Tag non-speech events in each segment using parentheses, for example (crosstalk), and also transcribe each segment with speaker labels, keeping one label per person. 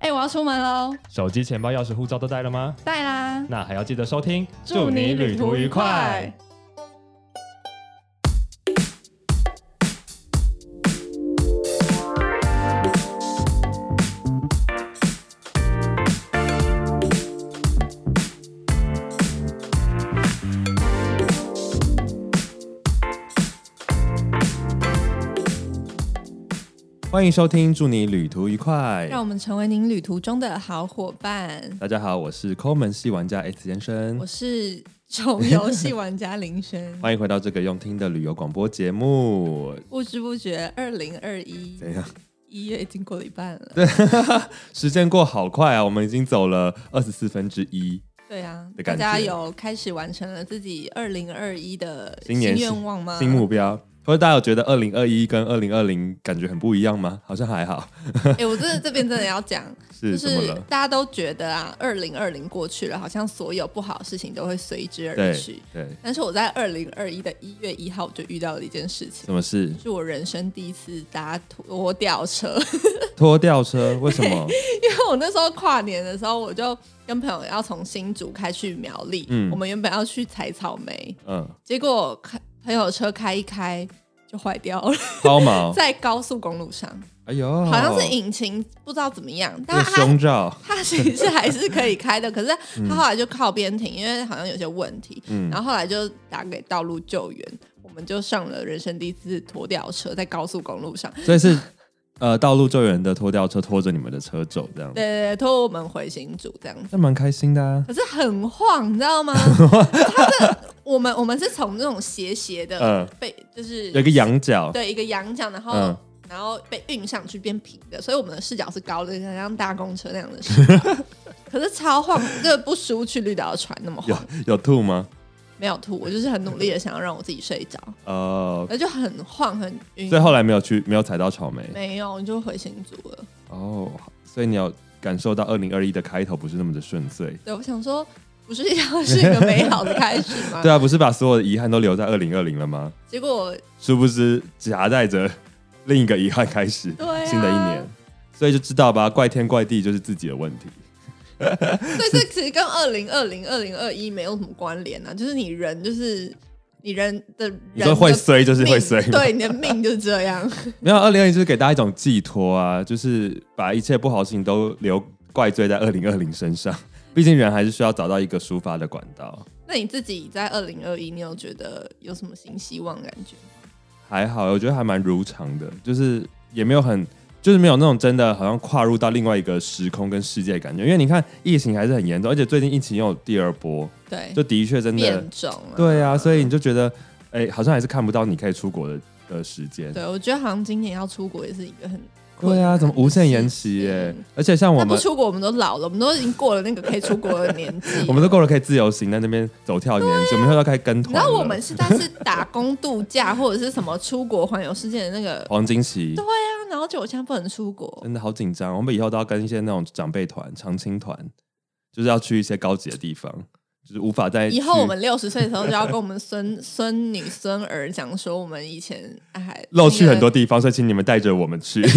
Speaker 1: 哎、我要出门喽，
Speaker 2: 手机、钱包、钥匙、护照都带了吗？
Speaker 1: 带啦！
Speaker 2: 那还要记得收听，
Speaker 1: 祝你旅途愉快。
Speaker 2: 欢迎收听，祝你旅途愉快。
Speaker 1: 让我们成为您旅途中的好伙伴。
Speaker 2: 大家好，我是抠门系玩家 S 先生。
Speaker 1: 我，是手游系玩家林轩
Speaker 2: (laughs) 欢迎回到这个用听的旅游广播节目。 (laughs)
Speaker 1: 不知不觉，二零二一
Speaker 2: 怎样？
Speaker 1: 一月已经过了一半了。
Speaker 2: 对，时间过好快啊，我们已经走了二十四分之一。
Speaker 1: 对啊
Speaker 2: 的，
Speaker 1: 大
Speaker 2: 感觉
Speaker 1: 家有开始完成了自己二零二一的
Speaker 2: 新年
Speaker 1: 愿望吗？
Speaker 2: 新目标。或者大家有觉得二零二一跟二零二零感觉很不一样吗？好像还好，
Speaker 1: (laughs) 哎、我真的这边真的要讲，
Speaker 2: (laughs) 是
Speaker 1: 就
Speaker 2: 怎么
Speaker 1: 是
Speaker 2: 了？
Speaker 1: 大家都觉得啊，二零二零过去了，好像所有不好的事情都会随之而
Speaker 2: 对
Speaker 1: 去。
Speaker 2: 对，
Speaker 1: 但是我在二零二一的一月一号就遇到了一件事情，
Speaker 2: 什么事？
Speaker 1: 是我人生第一次搭拖吊车， (laughs)
Speaker 2: 拖吊车？为什么？
Speaker 1: 因为我那时候跨年的时候，我就跟朋友要从新竹开去苗栗，
Speaker 2: 嗯
Speaker 1: 我们原本要去采草莓，
Speaker 2: 嗯，
Speaker 1: 结果开朋友车开一开就坏掉了，
Speaker 2: 抛
Speaker 1: (laughs)
Speaker 2: 锚？
Speaker 1: 在高速公路上，
Speaker 2: 哎呦，
Speaker 1: 好像是引擎不知道怎么样，
Speaker 2: 这个
Speaker 1: 但它 (laughs)
Speaker 2: 胸罩。
Speaker 1: 它其实还是可以开
Speaker 2: (laughs)
Speaker 1: 的，可是它后来就靠边停，因为好像有些问题。
Speaker 2: 嗯
Speaker 1: 然后后来就打给道路救援，我们就上了人生第一次拖吊车，在高速公路上，
Speaker 2: 所以是呃道路救援的拖吊车拖着你们的车走这样，
Speaker 1: 对对对，拖我们回新竹这样子。
Speaker 2: 那蛮开心的啊。
Speaker 1: 可是很晃，你知
Speaker 2: (laughs)
Speaker 1: 道吗？它的我们我们是从那种斜斜的
Speaker 2: 嗯
Speaker 1: 被，就是
Speaker 2: 有一个羊角，
Speaker 1: 对一个仰角，然后、
Speaker 2: 嗯
Speaker 1: 然后被运上去变平的，所以我们的视角是高的，像搭公车那样的视角。
Speaker 2: (laughs)
Speaker 1: 可是超晃，这不输去绿岛的船那么
Speaker 2: 有
Speaker 1: 晃。
Speaker 2: 有吐吗？
Speaker 1: 没有吐，我就是很努力的想要让我自己睡
Speaker 2: (laughs)
Speaker 1: 着，
Speaker 2: 哦，
Speaker 1: 那就很晃很晕
Speaker 2: 所以。后来没有去，没有踩到草莓。
Speaker 1: 没有，就回新竹了。
Speaker 2: 哦，所以你有感受到二零二一的开头不是那么的顺遂。
Speaker 1: 对，我想说，不是要是一个美好的开始吗？
Speaker 2: 对啊，不是把所有的遗憾都留在二零二零了吗？
Speaker 1: 结果
Speaker 2: 殊不知夹带着另一个遗憾开始，
Speaker 1: 对啊
Speaker 2: 新的一年，所以就知道吧，怪天怪地就是自己的问题。
Speaker 1: 所以这其实跟二零二零、二零二一没有什么关联啊，就是你人就是你人的人
Speaker 2: 你说会衰就是会衰
Speaker 1: 命
Speaker 2: 吗
Speaker 1: 对，你的命就是这样。
Speaker 2: 没有，二零二零就是给大家一种寄托啊，就是把一切不好的事情都留怪罪在二零二零身上。 (laughs) 毕竟人还是需要找到一个抒发的管道。
Speaker 1: 那你自己在二零二一，你有觉得有什么新希望的感觉？
Speaker 2: 还好，我觉得还蛮如常的，就是也没有很，就是没有那种真的好像跨入到另外一个时空跟世界的感觉。因为你看疫情还是很严重，而且最近疫情又有第二波，
Speaker 1: 对，
Speaker 2: 就的确真的
Speaker 1: 变种啊。
Speaker 2: 对啊，所以你就觉得，哎、好像还是看不到你可以出国的的时间。
Speaker 1: 对，啊我觉得好像今年要出国也是一个很困
Speaker 2: 对啊，
Speaker 1: 难
Speaker 2: 怎么无
Speaker 1: 的
Speaker 2: 限
Speaker 1: 事
Speaker 2: 延期耶、
Speaker 1: 情
Speaker 2: 而且像我
Speaker 1: 那不
Speaker 2: 们，。
Speaker 1: 出国，我们都老了，我们都已经过了那个可以出国的年纪
Speaker 2: (laughs) 我们都够了，可以自由行，在那边走跳年，准备要开始跟
Speaker 1: 你
Speaker 2: 团
Speaker 1: 知
Speaker 2: 了。
Speaker 1: 道我们是但是打工度假或者是什么出国环游世界的那个，
Speaker 2: 黄金期
Speaker 1: 对啊，然后就我现在不能出国，
Speaker 2: 真的好紧张，我们以后都要跟一些那种长辈团、长青团，就是要去一些高级的地方，就是无法再
Speaker 1: 以后
Speaker 2: 去
Speaker 1: 我们六十岁的时候就要跟我们孙 (laughs) 孙女孙儿讲说，我们以前哎
Speaker 2: 漏去很多地方，所以请你们带着我们去。 (laughs)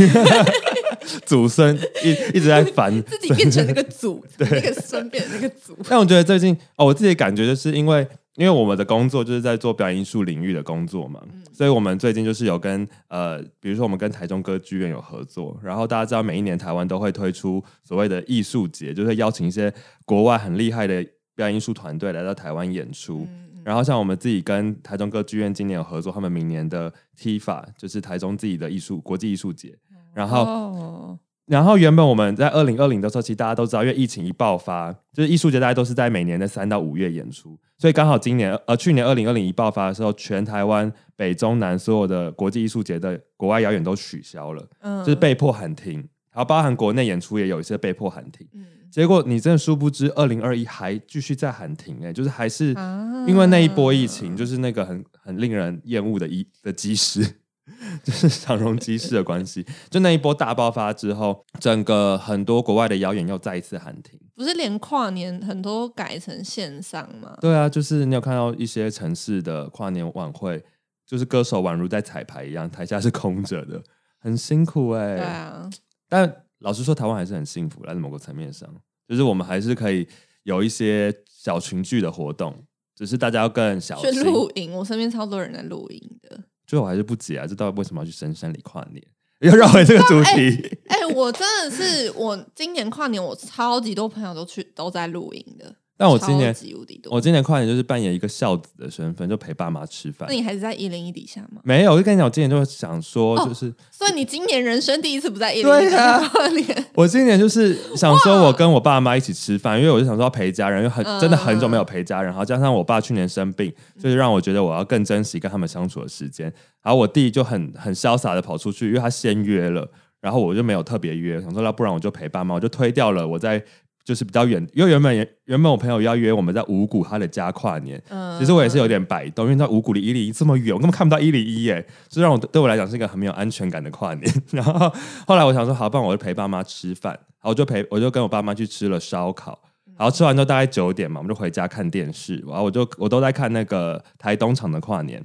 Speaker 2: 祖孙一一直在烦，
Speaker 1: 自己变成那个
Speaker 2: (laughs)
Speaker 1: 组，那个孙变成那个组，
Speaker 2: 但我觉得最近哦，我自己的感觉就是因为因为我们的工作就是在做表演艺术领域的工作嘛，所以我们最近就是有跟呃，比如说我们跟台中歌剧院有合作，然后大家知道每一年台湾都会推出所谓的艺术节，就是邀请一些国外很厉害的表演艺术团队来到台湾演
Speaker 1: 嗯
Speaker 2: 出。然后像我们自己跟台中歌剧院今年有合作，他们明年的 TIFA 就是台中自己的艺术国际艺术节。然后
Speaker 1: 哦，
Speaker 2: 然后原本我们在二零二零的时候，其实大家都知道，因为疫情一爆发，就是艺术节大家都是在每年的三到五月演出，所以刚好今年呃去年二零二零一爆发的时候，全台湾北中南所有的国际艺术节的国外表演都取消了，
Speaker 1: 嗯
Speaker 2: 就是被迫喊停，然后包含国内演出也有一些被迫喊停。
Speaker 1: 嗯
Speaker 2: 结果你真的殊不知，二零二一还继续在喊停、欸，就是还是
Speaker 1: 啊
Speaker 2: 因为那一波疫情，就是那个很很令人厌恶的一的鸡尸， (laughs) 就是长荣鸡尸的关系。就那一波大爆发之后，整个很多国外的谣言又再一次喊停。
Speaker 1: 不是连跨年很多改成线上吗？
Speaker 2: 对啊，就是你有看到一些城市的跨年晚会，就是歌手宛如在彩排一样，台下是空着的，很辛苦哎、
Speaker 1: 对啊，
Speaker 2: 但老实说，台湾还是很幸福啦，在某个层面上，就是我们还是可以有一些小群聚的活动，只是大家要更小
Speaker 1: 去
Speaker 2: 心。
Speaker 1: 露营，我身边超多人在露营的。
Speaker 2: 最后我还是不解啊，这到底为什么要去深山里跨年？又绕回这个主题，
Speaker 1: 哎、我真的是，我今年跨年，我超级多朋友都去都在露营的。
Speaker 2: 但我今年
Speaker 1: 超级无敌多，
Speaker 2: 我今年跨年就是扮演一个孝子的身份，就陪爸妈吃饭
Speaker 1: 那。你还是在一零一底下吗？
Speaker 2: 没有，我就跟你讲，我今年就想说，
Speaker 1: 哦
Speaker 2: 就是、
Speaker 1: 所以你今年人生第一次不在一零一
Speaker 2: 对
Speaker 1: 底
Speaker 2: 啊
Speaker 1: 下跨年，
Speaker 2: 我今年就是想说，我跟我爸妈一起吃饭，因为我就想说要陪家人，因为很、真的很久没有陪家人，然后加上我爸去年生病，就是让我觉得我要更珍惜跟他们相处的时间。然后我弟就很很潇洒的跑出去，因为他先约了，然后我就没有特别约，想说那不然我就陪爸妈，我就推掉了我在就是比较远，因为原本原本我朋友要约我们在五谷他的家跨年，
Speaker 1: 嗯
Speaker 2: (laughs) 其实我也是有点摆动，因为在五谷离一零一这么远，我根本看不到一零一耶，这让我对我来讲是一个很没有安全感的跨年。 (laughs) 然后后来我想说，好，不然我就陪爸妈吃饭，然后我就陪我就跟我爸妈去吃了烧烤。然后吃完之后大概九点嘛，我们就回家看电视，然后我就我都在看那个台东场的跨年，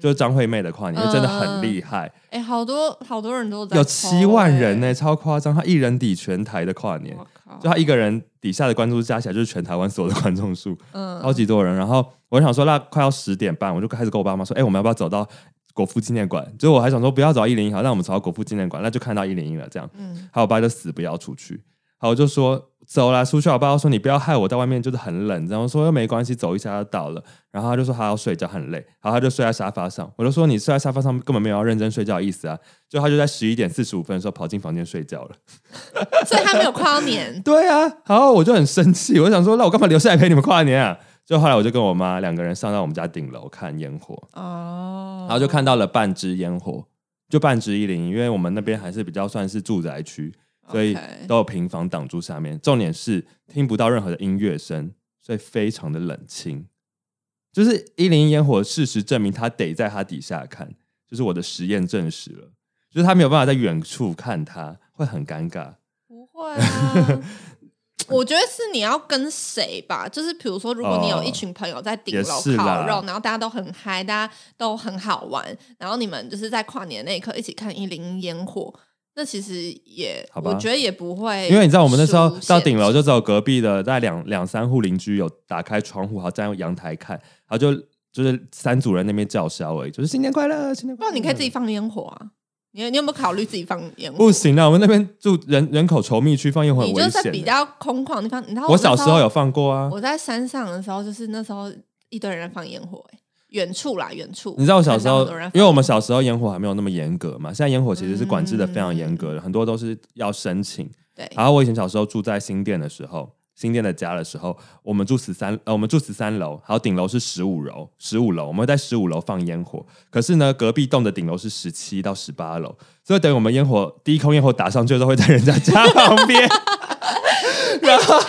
Speaker 2: 就是张惠妹的跨年，就真的很厉害，
Speaker 1: 哎、好多好多人都在、欸
Speaker 2: 有七万人呢、、超夸张，她一人抵全台的跨年，
Speaker 1: 我靠，
Speaker 2: 就她一个人底下的关注加起来就是全台湾所有的观众数，
Speaker 1: 嗯，
Speaker 2: 超级多人。然后我想说，那快要十点半，我就开始跟我爸妈说，哎、我们要不要走到国父纪念馆？就是我还想说，不要走到一零一好，那我们走到国父纪念馆，那就看到一零一了。这样，
Speaker 1: 嗯，
Speaker 2: 还有我爸就死不要出去，好，我就说走啦，出去。我爸就说你不要害我，在外面就是很冷。然后说没关系，走一下就到了。然后他就说他要睡觉，很累。然后他就睡在沙发上，我就说你睡在沙发上根本没有要认真睡觉的意思啊。就他就在十一点四十五分的时候跑进房间睡觉了。
Speaker 1: 所以他没有跨年，
Speaker 2: 对啊，然后我就很生气， (laughs) 我就想说，那我干嘛留下来陪你们跨年啊？就后来我就跟我妈两个人上到我们家顶楼看烟火，
Speaker 1: 哦，
Speaker 2: 然后就看到了半支烟火，就半支一零，因为我们那边还是比较算是住宅区，所以
Speaker 1: OK
Speaker 2: 都有平房挡住下面。重点是听不到任何的音乐声，所以非常的冷清。就是一零烟火，事实证明它得在它底下看，就是我的实验证实了，就是他没有办法在远处看它，会很尴尬。
Speaker 1: 不会
Speaker 2: (laughs)
Speaker 1: 啊。我觉得是你要跟谁吧，就是比如说，如果你有一群朋友在顶楼
Speaker 2: 哦也是啦
Speaker 1: 烤肉，然后大家都很嗨，大家都很好玩，然后你们就是在跨年那一刻一起看一零一烟火，那其实也，
Speaker 2: 好吧
Speaker 1: 我觉得也不会，
Speaker 2: 因为你知道，我们那时候到顶楼，就只有隔壁的大概两两三户邻居有打开窗户，然后站在阳台看，然后就就是三组人那边叫嚣而已，就是新年快乐，新年
Speaker 1: 不
Speaker 2: 快乐。
Speaker 1: 哦然你可以自己放烟火啊。你你有没有考虑自己放烟火？
Speaker 2: 嗯不行啊啦，我们那边住人人口稠密区放烟火很
Speaker 1: 你就
Speaker 2: 危
Speaker 1: 是在
Speaker 2: 险
Speaker 1: 比
Speaker 2: 的。
Speaker 1: 较空旷的地方。你知道
Speaker 2: 我小时候
Speaker 1: 那
Speaker 2: 有放过啊，
Speaker 1: 我在山上的时候，就是那时候一堆人在放烟火、欸，远处啦，远处。
Speaker 2: 你知道我小时候
Speaker 1: 看到很多人，放
Speaker 2: 因为我们小时候烟火还没有那么严格嘛，现在烟火其实是管制的非常严
Speaker 1: 嗯
Speaker 2: 格的，很多都是要申请。
Speaker 1: 对，
Speaker 2: 然后我以前小时候住在新店的时候，新店的家的时候，我们住十三，呃，我们住十三楼，还有顶楼是十五楼，十五楼我们会在十五楼放烟火。可是呢，隔壁栋的顶楼是十七到十八楼，所以等于我们烟火第一空烟火打上去的时候，会在人家家旁边， (laughs) 然后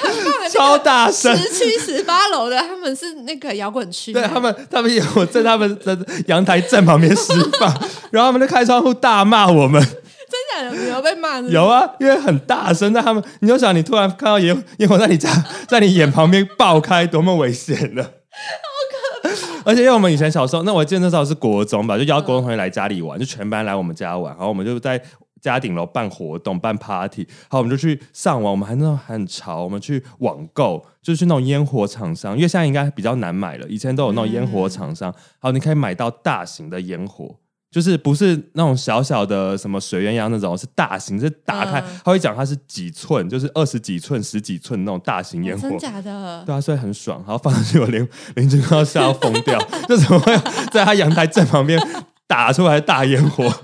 Speaker 2: 超大声。
Speaker 1: 十七、十八楼的，他们是那个摇滚区，
Speaker 2: 对他们，他们烟火在他们的阳台正旁边释放，然后他们就开窗户大骂我们，
Speaker 1: 真的有没有被骂？是不是哦
Speaker 2: 有啊，因为很大声，但他们，你就想你突然看到烟烟火在你家， (laughs) 在你眼旁边爆开，多么危险呢？好 (laughs) 可怕！而且因为我们以前小时候，那我记得那时候是国中吧，就邀国中同学来家里玩，就全班来我们家玩，然后我们就在。家顶楼办活动，办 party，好，我们就去上网，我们还那种很潮，我们去网购，就是去那种烟火厂商，因为现在应该比较难买了，以前都有那种烟火厂商，好，你可以买到大型的烟火，就是不是那种小小的什么水鸳鸯那种，是大型，是打开，
Speaker 1: 嗯
Speaker 2: 他会讲它是几寸，就是二十几寸、十几寸那种大型烟
Speaker 1: 哦
Speaker 2: 火。
Speaker 1: 真假的？
Speaker 2: 对啊，所以很爽。然后放上去，我 (laughs) 邻邻居都要吓到疯掉， (laughs) 就怎么会在他阳台正旁边打出来大烟火， (laughs)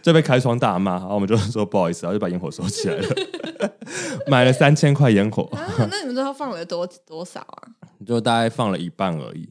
Speaker 2: 就被开窗大骂。然后我们就说不好意思，然后就把烟火收起来了。 (laughs) 买了三千块烟火，
Speaker 1: 啊，那你们最后放了多多少啊？
Speaker 2: 就大概放了一半而已。
Speaker 1: 嗯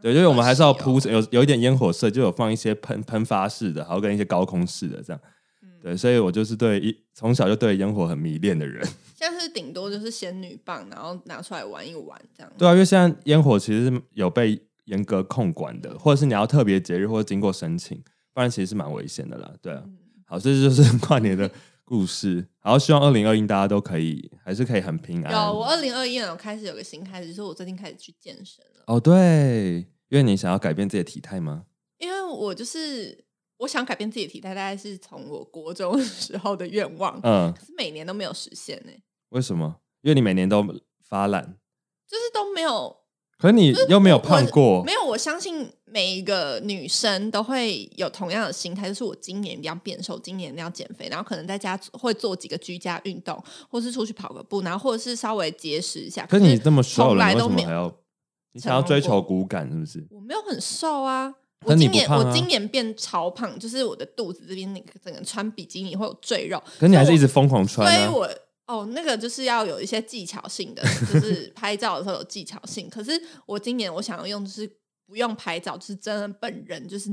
Speaker 2: 对，就是我们还是要
Speaker 1: 哦
Speaker 2: 铺有有一点烟火色，就有放一些喷喷发式的，还有跟一些高空式的这样。
Speaker 1: 嗯
Speaker 2: 对，所以我就是对一从小就对烟火很迷恋的人。 (laughs)
Speaker 1: 现在是顶多就是仙女棒，然后拿出来玩一玩这样。
Speaker 2: 对啊，因为现在烟火其实是有被严格控管的，或者是你要特别节日或者经过申请，不然其实是蛮危险的啦。对啊，
Speaker 1: 嗯
Speaker 2: 好，这就是 (laughs) 跨年的故事。然后希望二零二一大家都可以，还是可以很平安。
Speaker 1: 有，我二零二一年我开始有个新开始，就是我最近开始去健身了，
Speaker 2: 哦，对，因为你想要改变自己的体态吗？
Speaker 1: 因为我就是我想改变自己的体态，大概是从我国中的时候的愿望，
Speaker 2: 嗯，
Speaker 1: 可是每年都没有实现欸呢、
Speaker 2: 为什么？因为你每年都发懒，
Speaker 1: 就是都没有
Speaker 2: 可是你又没有
Speaker 1: 我
Speaker 2: 胖过
Speaker 1: 没，有，我相信每一个女生都会有同样的心态，就是我今年一定要变瘦，今年一定要减肥，然后可能在家会做几个居家运动，或是出去跑个步，然后或者是稍微节食一下。
Speaker 2: 可是你这么瘦
Speaker 1: 从
Speaker 2: 了，
Speaker 1: 来
Speaker 2: 你为
Speaker 1: 都
Speaker 2: 什么
Speaker 1: 没
Speaker 2: 还
Speaker 1: 有，
Speaker 2: 要？你想要追求骨感是不是？
Speaker 1: 我没有很瘦啊。
Speaker 2: 可
Speaker 1: 我
Speaker 2: 是你
Speaker 1: 今
Speaker 2: 不
Speaker 1: 年、
Speaker 2: 胖啊
Speaker 1: 我今年变超胖，就是我的肚子这边那个整个穿比基尼会有赘肉，
Speaker 2: 可是你还是
Speaker 1: 所以
Speaker 2: 一直疯狂
Speaker 1: 所
Speaker 2: 穿
Speaker 1: 以
Speaker 2: 啊！
Speaker 1: 我哦，那个就是要有一些技巧性的， (laughs) 就是拍照的时候有技巧性。可是我今年我想要用，就是不用拍照，就是真的本人就是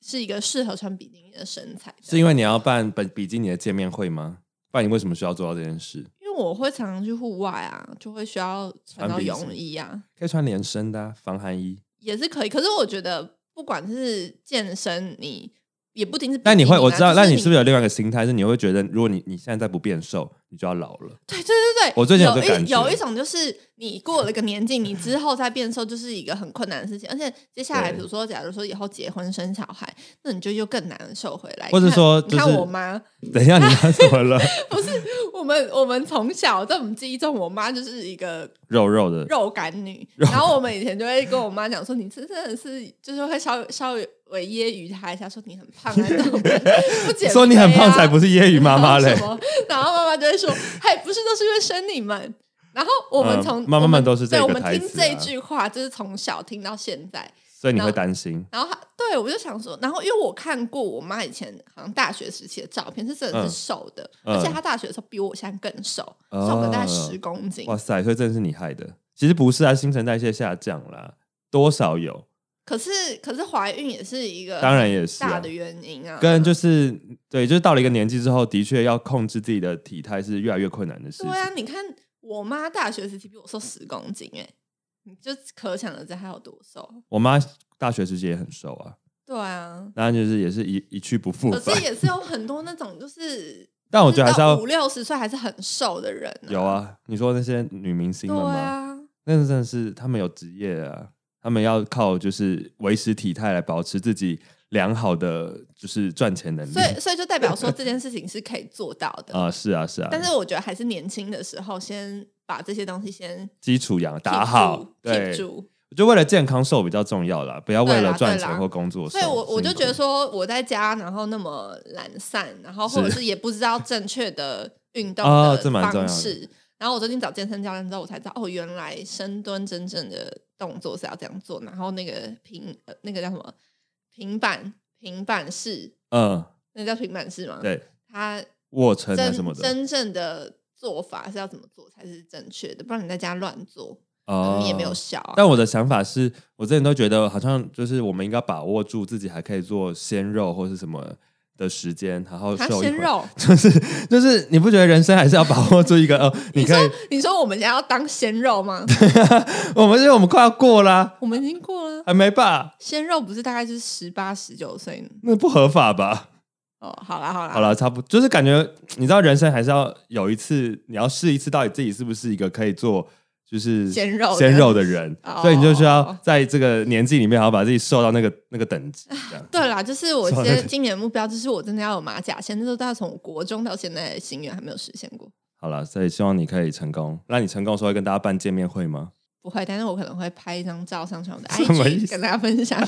Speaker 1: 是一个适合穿比基尼的身材的。
Speaker 2: 是因为你要办本比基尼的见面会吗？不然你为什么需要做到这件事？
Speaker 1: 因为我会常常去户外啊，就会需要穿到
Speaker 2: 穿比基尼
Speaker 1: 泳衣啊，
Speaker 2: 可以穿连身的、啊、防寒衣。
Speaker 1: 也是可以。可是我觉得不管是健身，你也不一定是比基尼啊。
Speaker 2: 但你会，我知道，
Speaker 1: 就
Speaker 2: 那
Speaker 1: 是
Speaker 2: 你
Speaker 1: 你
Speaker 2: 是不是有另外一个心态，是你会觉得，如果你你现在再不变瘦，你就要老了。
Speaker 1: 对对对对，
Speaker 2: 我最近有
Speaker 1: 有
Speaker 2: 这感
Speaker 1: 一
Speaker 2: 觉
Speaker 1: 有一种就是你过了个年纪，你之后再变瘦就是一个很困难的事情，而且接下来
Speaker 2: 对
Speaker 1: 比如说，假如说以后结婚生小孩，那你就又更难瘦回来。
Speaker 2: 或者
Speaker 1: 你看
Speaker 2: 说
Speaker 1: 你
Speaker 2: 就
Speaker 1: 看
Speaker 2: 是
Speaker 1: 我妈，
Speaker 2: 等一下，你妈怎么
Speaker 1: (laughs)
Speaker 2: 了？
Speaker 1: 不是我们我们从小在我们记忆中，我妈就是一个
Speaker 2: 肉肉的，
Speaker 1: 肉感女，然后我们以前就会跟我妈讲说，你真的是就是会稍微稍微微揶揄她一下，说你很胖啊，这种
Speaker 2: (laughs)
Speaker 1: 人不减、啊、
Speaker 2: 说你很胖才不是揶揄妈
Speaker 1: (laughs)
Speaker 2: 妈嘞
Speaker 1: 然后。什么然后妈妈就会说：“嘿，不是，都是因为生你们。”然后我们
Speaker 2: 嗯
Speaker 1: 从、
Speaker 2: 妈妈们都是这
Speaker 1: 对
Speaker 2: 个
Speaker 1: 我们
Speaker 2: 台
Speaker 1: 听
Speaker 2: 词
Speaker 1: 这
Speaker 2: 啊
Speaker 1: 句话，就是从小听到现在。
Speaker 2: 所以你会担心。
Speaker 1: 然后她对我就想说，然后因为我看过我妈以前好像大学时期的照片，是真的
Speaker 2: 嗯
Speaker 1: 是瘦的，
Speaker 2: 嗯
Speaker 1: 而且她大学的时候比我现在更瘦，
Speaker 2: 哦
Speaker 1: 瘦了大概十公斤
Speaker 2: 哇。塞，所以真的是你害的。其实不是啊，新陈代谢下降啦，多少有，
Speaker 1: 可是可是怀孕也是一个
Speaker 2: 当然也是、
Speaker 1: 大
Speaker 2: 啊
Speaker 1: 的。原因啊，
Speaker 2: 跟就是对，就是到了一个年纪之后，的确要控制自己的体态是越来越困难的事情。
Speaker 1: 对啊，你看我妈大学时期比我瘦十公斤、哎，你就可想而知她有多瘦。
Speaker 2: 我妈大学时期也很瘦啊，
Speaker 1: 对啊，
Speaker 2: 当然就是也是一一去不复
Speaker 1: 可
Speaker 2: 返
Speaker 1: 是。也是有很多那种就是，
Speaker 2: (laughs) 但我觉得还是要
Speaker 1: 五六十岁还是很瘦的人、
Speaker 2: 有，啊，你说那些女明星
Speaker 1: 对
Speaker 2: 们吗？
Speaker 1: 啊，
Speaker 2: 那真的是他们有职业啊，他们要靠就是维持体态来保持自己良好的就是赚钱能力
Speaker 1: 啊所以所以就代表说这件事情是可以做到的。
Speaker 2: 啊、是啊是啊，
Speaker 1: 但是我觉得还是年轻的时候，先把这些东西先
Speaker 2: 基础养打好，
Speaker 1: 记
Speaker 2: 对，
Speaker 1: 住。
Speaker 2: 我觉得为了健康瘦比较重要啦，不要为
Speaker 1: 对
Speaker 2: 了
Speaker 1: 啦
Speaker 2: 赚
Speaker 1: 对啦
Speaker 2: 钱或工作瘦
Speaker 1: 所以我我就
Speaker 2: 辛苦
Speaker 1: 觉得说，我在家然后那么懒散，然后或者是也不知道正确的运动
Speaker 2: 哦这
Speaker 1: 的
Speaker 2: 蛮重要
Speaker 1: 方
Speaker 2: 的
Speaker 1: 式。然后我最近找健身教练之后，我才知道哦，原来深蹲真正的动作是要这样做，然后那个平、呃、那个叫什么平板平板式，
Speaker 2: 嗯，
Speaker 1: 那叫平板式吗？，
Speaker 2: 对，
Speaker 1: 它
Speaker 2: 卧撑啊
Speaker 1: 真
Speaker 2: 什么的
Speaker 1: 真正的做法是要怎么做才是正确的，不然你在家乱做，
Speaker 2: 哦，
Speaker 1: 你也没有效啊。
Speaker 2: 但我的想法是，我之前都觉得好像就是我们应该把握住自己还可以做鲜肉或是什么的时间，然后
Speaker 1: 它
Speaker 2: 瘦一
Speaker 1: 鲜
Speaker 2: 会儿，
Speaker 1: 肉，
Speaker 2: 就是就是你不觉得人生还是要把握住一个哦？你可以， (laughs)
Speaker 1: 你说我们家要当鲜肉吗？ (laughs)
Speaker 2: 我们因为我们快要过啦，
Speaker 1: 我们已经过了啊。
Speaker 2: 还没吧？
Speaker 1: 鲜肉不是大概就是十八十九岁呢
Speaker 2: 那不合法吧？
Speaker 1: 哦，好啦好啦，
Speaker 2: 好了，差不多，就是感觉你知道，人生还是要有一次，你要试一次，到底自己是不是一个可以做就是
Speaker 1: 鲜肉的
Speaker 2: 鲜肉的人，
Speaker 1: 哦
Speaker 2: 所以你就需要在这个年纪里面，好好把自己瘦到那个那个等
Speaker 1: (laughs)
Speaker 2: 级，这样。
Speaker 1: 对啦，就是我今
Speaker 2: 说得
Speaker 1: 天
Speaker 2: 对
Speaker 1: 今年的目标就是我真的要有马甲线，那时候大概从我国中到现在的心愿还没有实现过，
Speaker 2: 好了，所以希望你可以成功。那你成功的时候会跟大家办见面会吗？
Speaker 1: 不会，但是我可能会拍一张照上传我的
Speaker 2: 什么意
Speaker 1: IG
Speaker 2: 思
Speaker 1: 跟大家分
Speaker 2: (laughs)
Speaker 1: 享。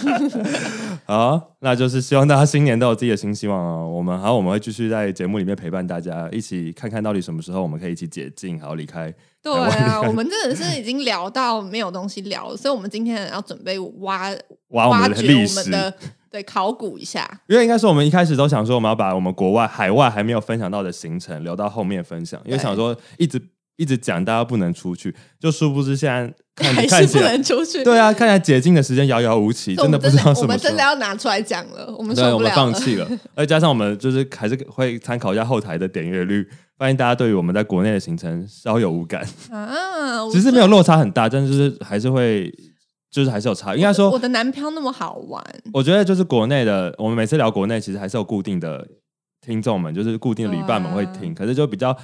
Speaker 2: 好啊，那就是希望大家新年都有自己的新希望哦。我们好，我们会继续在节目里面陪伴大家，一起看看到底什么时候我们可以一起解禁，好离开。
Speaker 1: 对啊，我们真的是已经聊到没有东西聊了，所以我们今天要准备挖
Speaker 2: 挖啊我们的
Speaker 1: 掘
Speaker 2: 历
Speaker 1: 我
Speaker 2: 史
Speaker 1: 们的对考古一下。
Speaker 2: 因为应该是我们一开始都想说，我们要把我们国外、海外还没有分享到的行程留到后面分享，因为
Speaker 1: 对
Speaker 2: 想说一直一直讲大家不能出去，就殊不知现在看
Speaker 1: (laughs) 还
Speaker 2: 看
Speaker 1: 是
Speaker 2: 起
Speaker 1: 不
Speaker 2: 来，
Speaker 1: 能出去，
Speaker 2: 对啊，看起来解禁的时间遥遥无
Speaker 1: 所
Speaker 2: 期，
Speaker 1: 以
Speaker 2: 真
Speaker 1: 我
Speaker 2: 的
Speaker 1: 们
Speaker 2: 不知道什
Speaker 1: 我
Speaker 2: 么
Speaker 1: 们
Speaker 2: 时
Speaker 1: 真的
Speaker 2: 候。
Speaker 1: 要拿出来讲了，我们
Speaker 2: 对，啊
Speaker 1: 受
Speaker 2: 我
Speaker 1: 不
Speaker 2: 们
Speaker 1: 了
Speaker 2: 放
Speaker 1: 了。
Speaker 2: 弃了， (laughs) 而加上我们就是还是会参考一下后台的点阅率，发现大家对于我们在国内的行程稍有无感，
Speaker 1: 啊！我
Speaker 2: 其实没有落差很大，但就是还是会，就是还是有差。应该
Speaker 1: 我
Speaker 2: 说，
Speaker 1: 的男票那么好玩，
Speaker 2: 我觉得就是国内的，我们每次聊国内，其实还是有固定的听众们，就是固定的旅伴们会
Speaker 1: 啊
Speaker 2: 听，可是就比较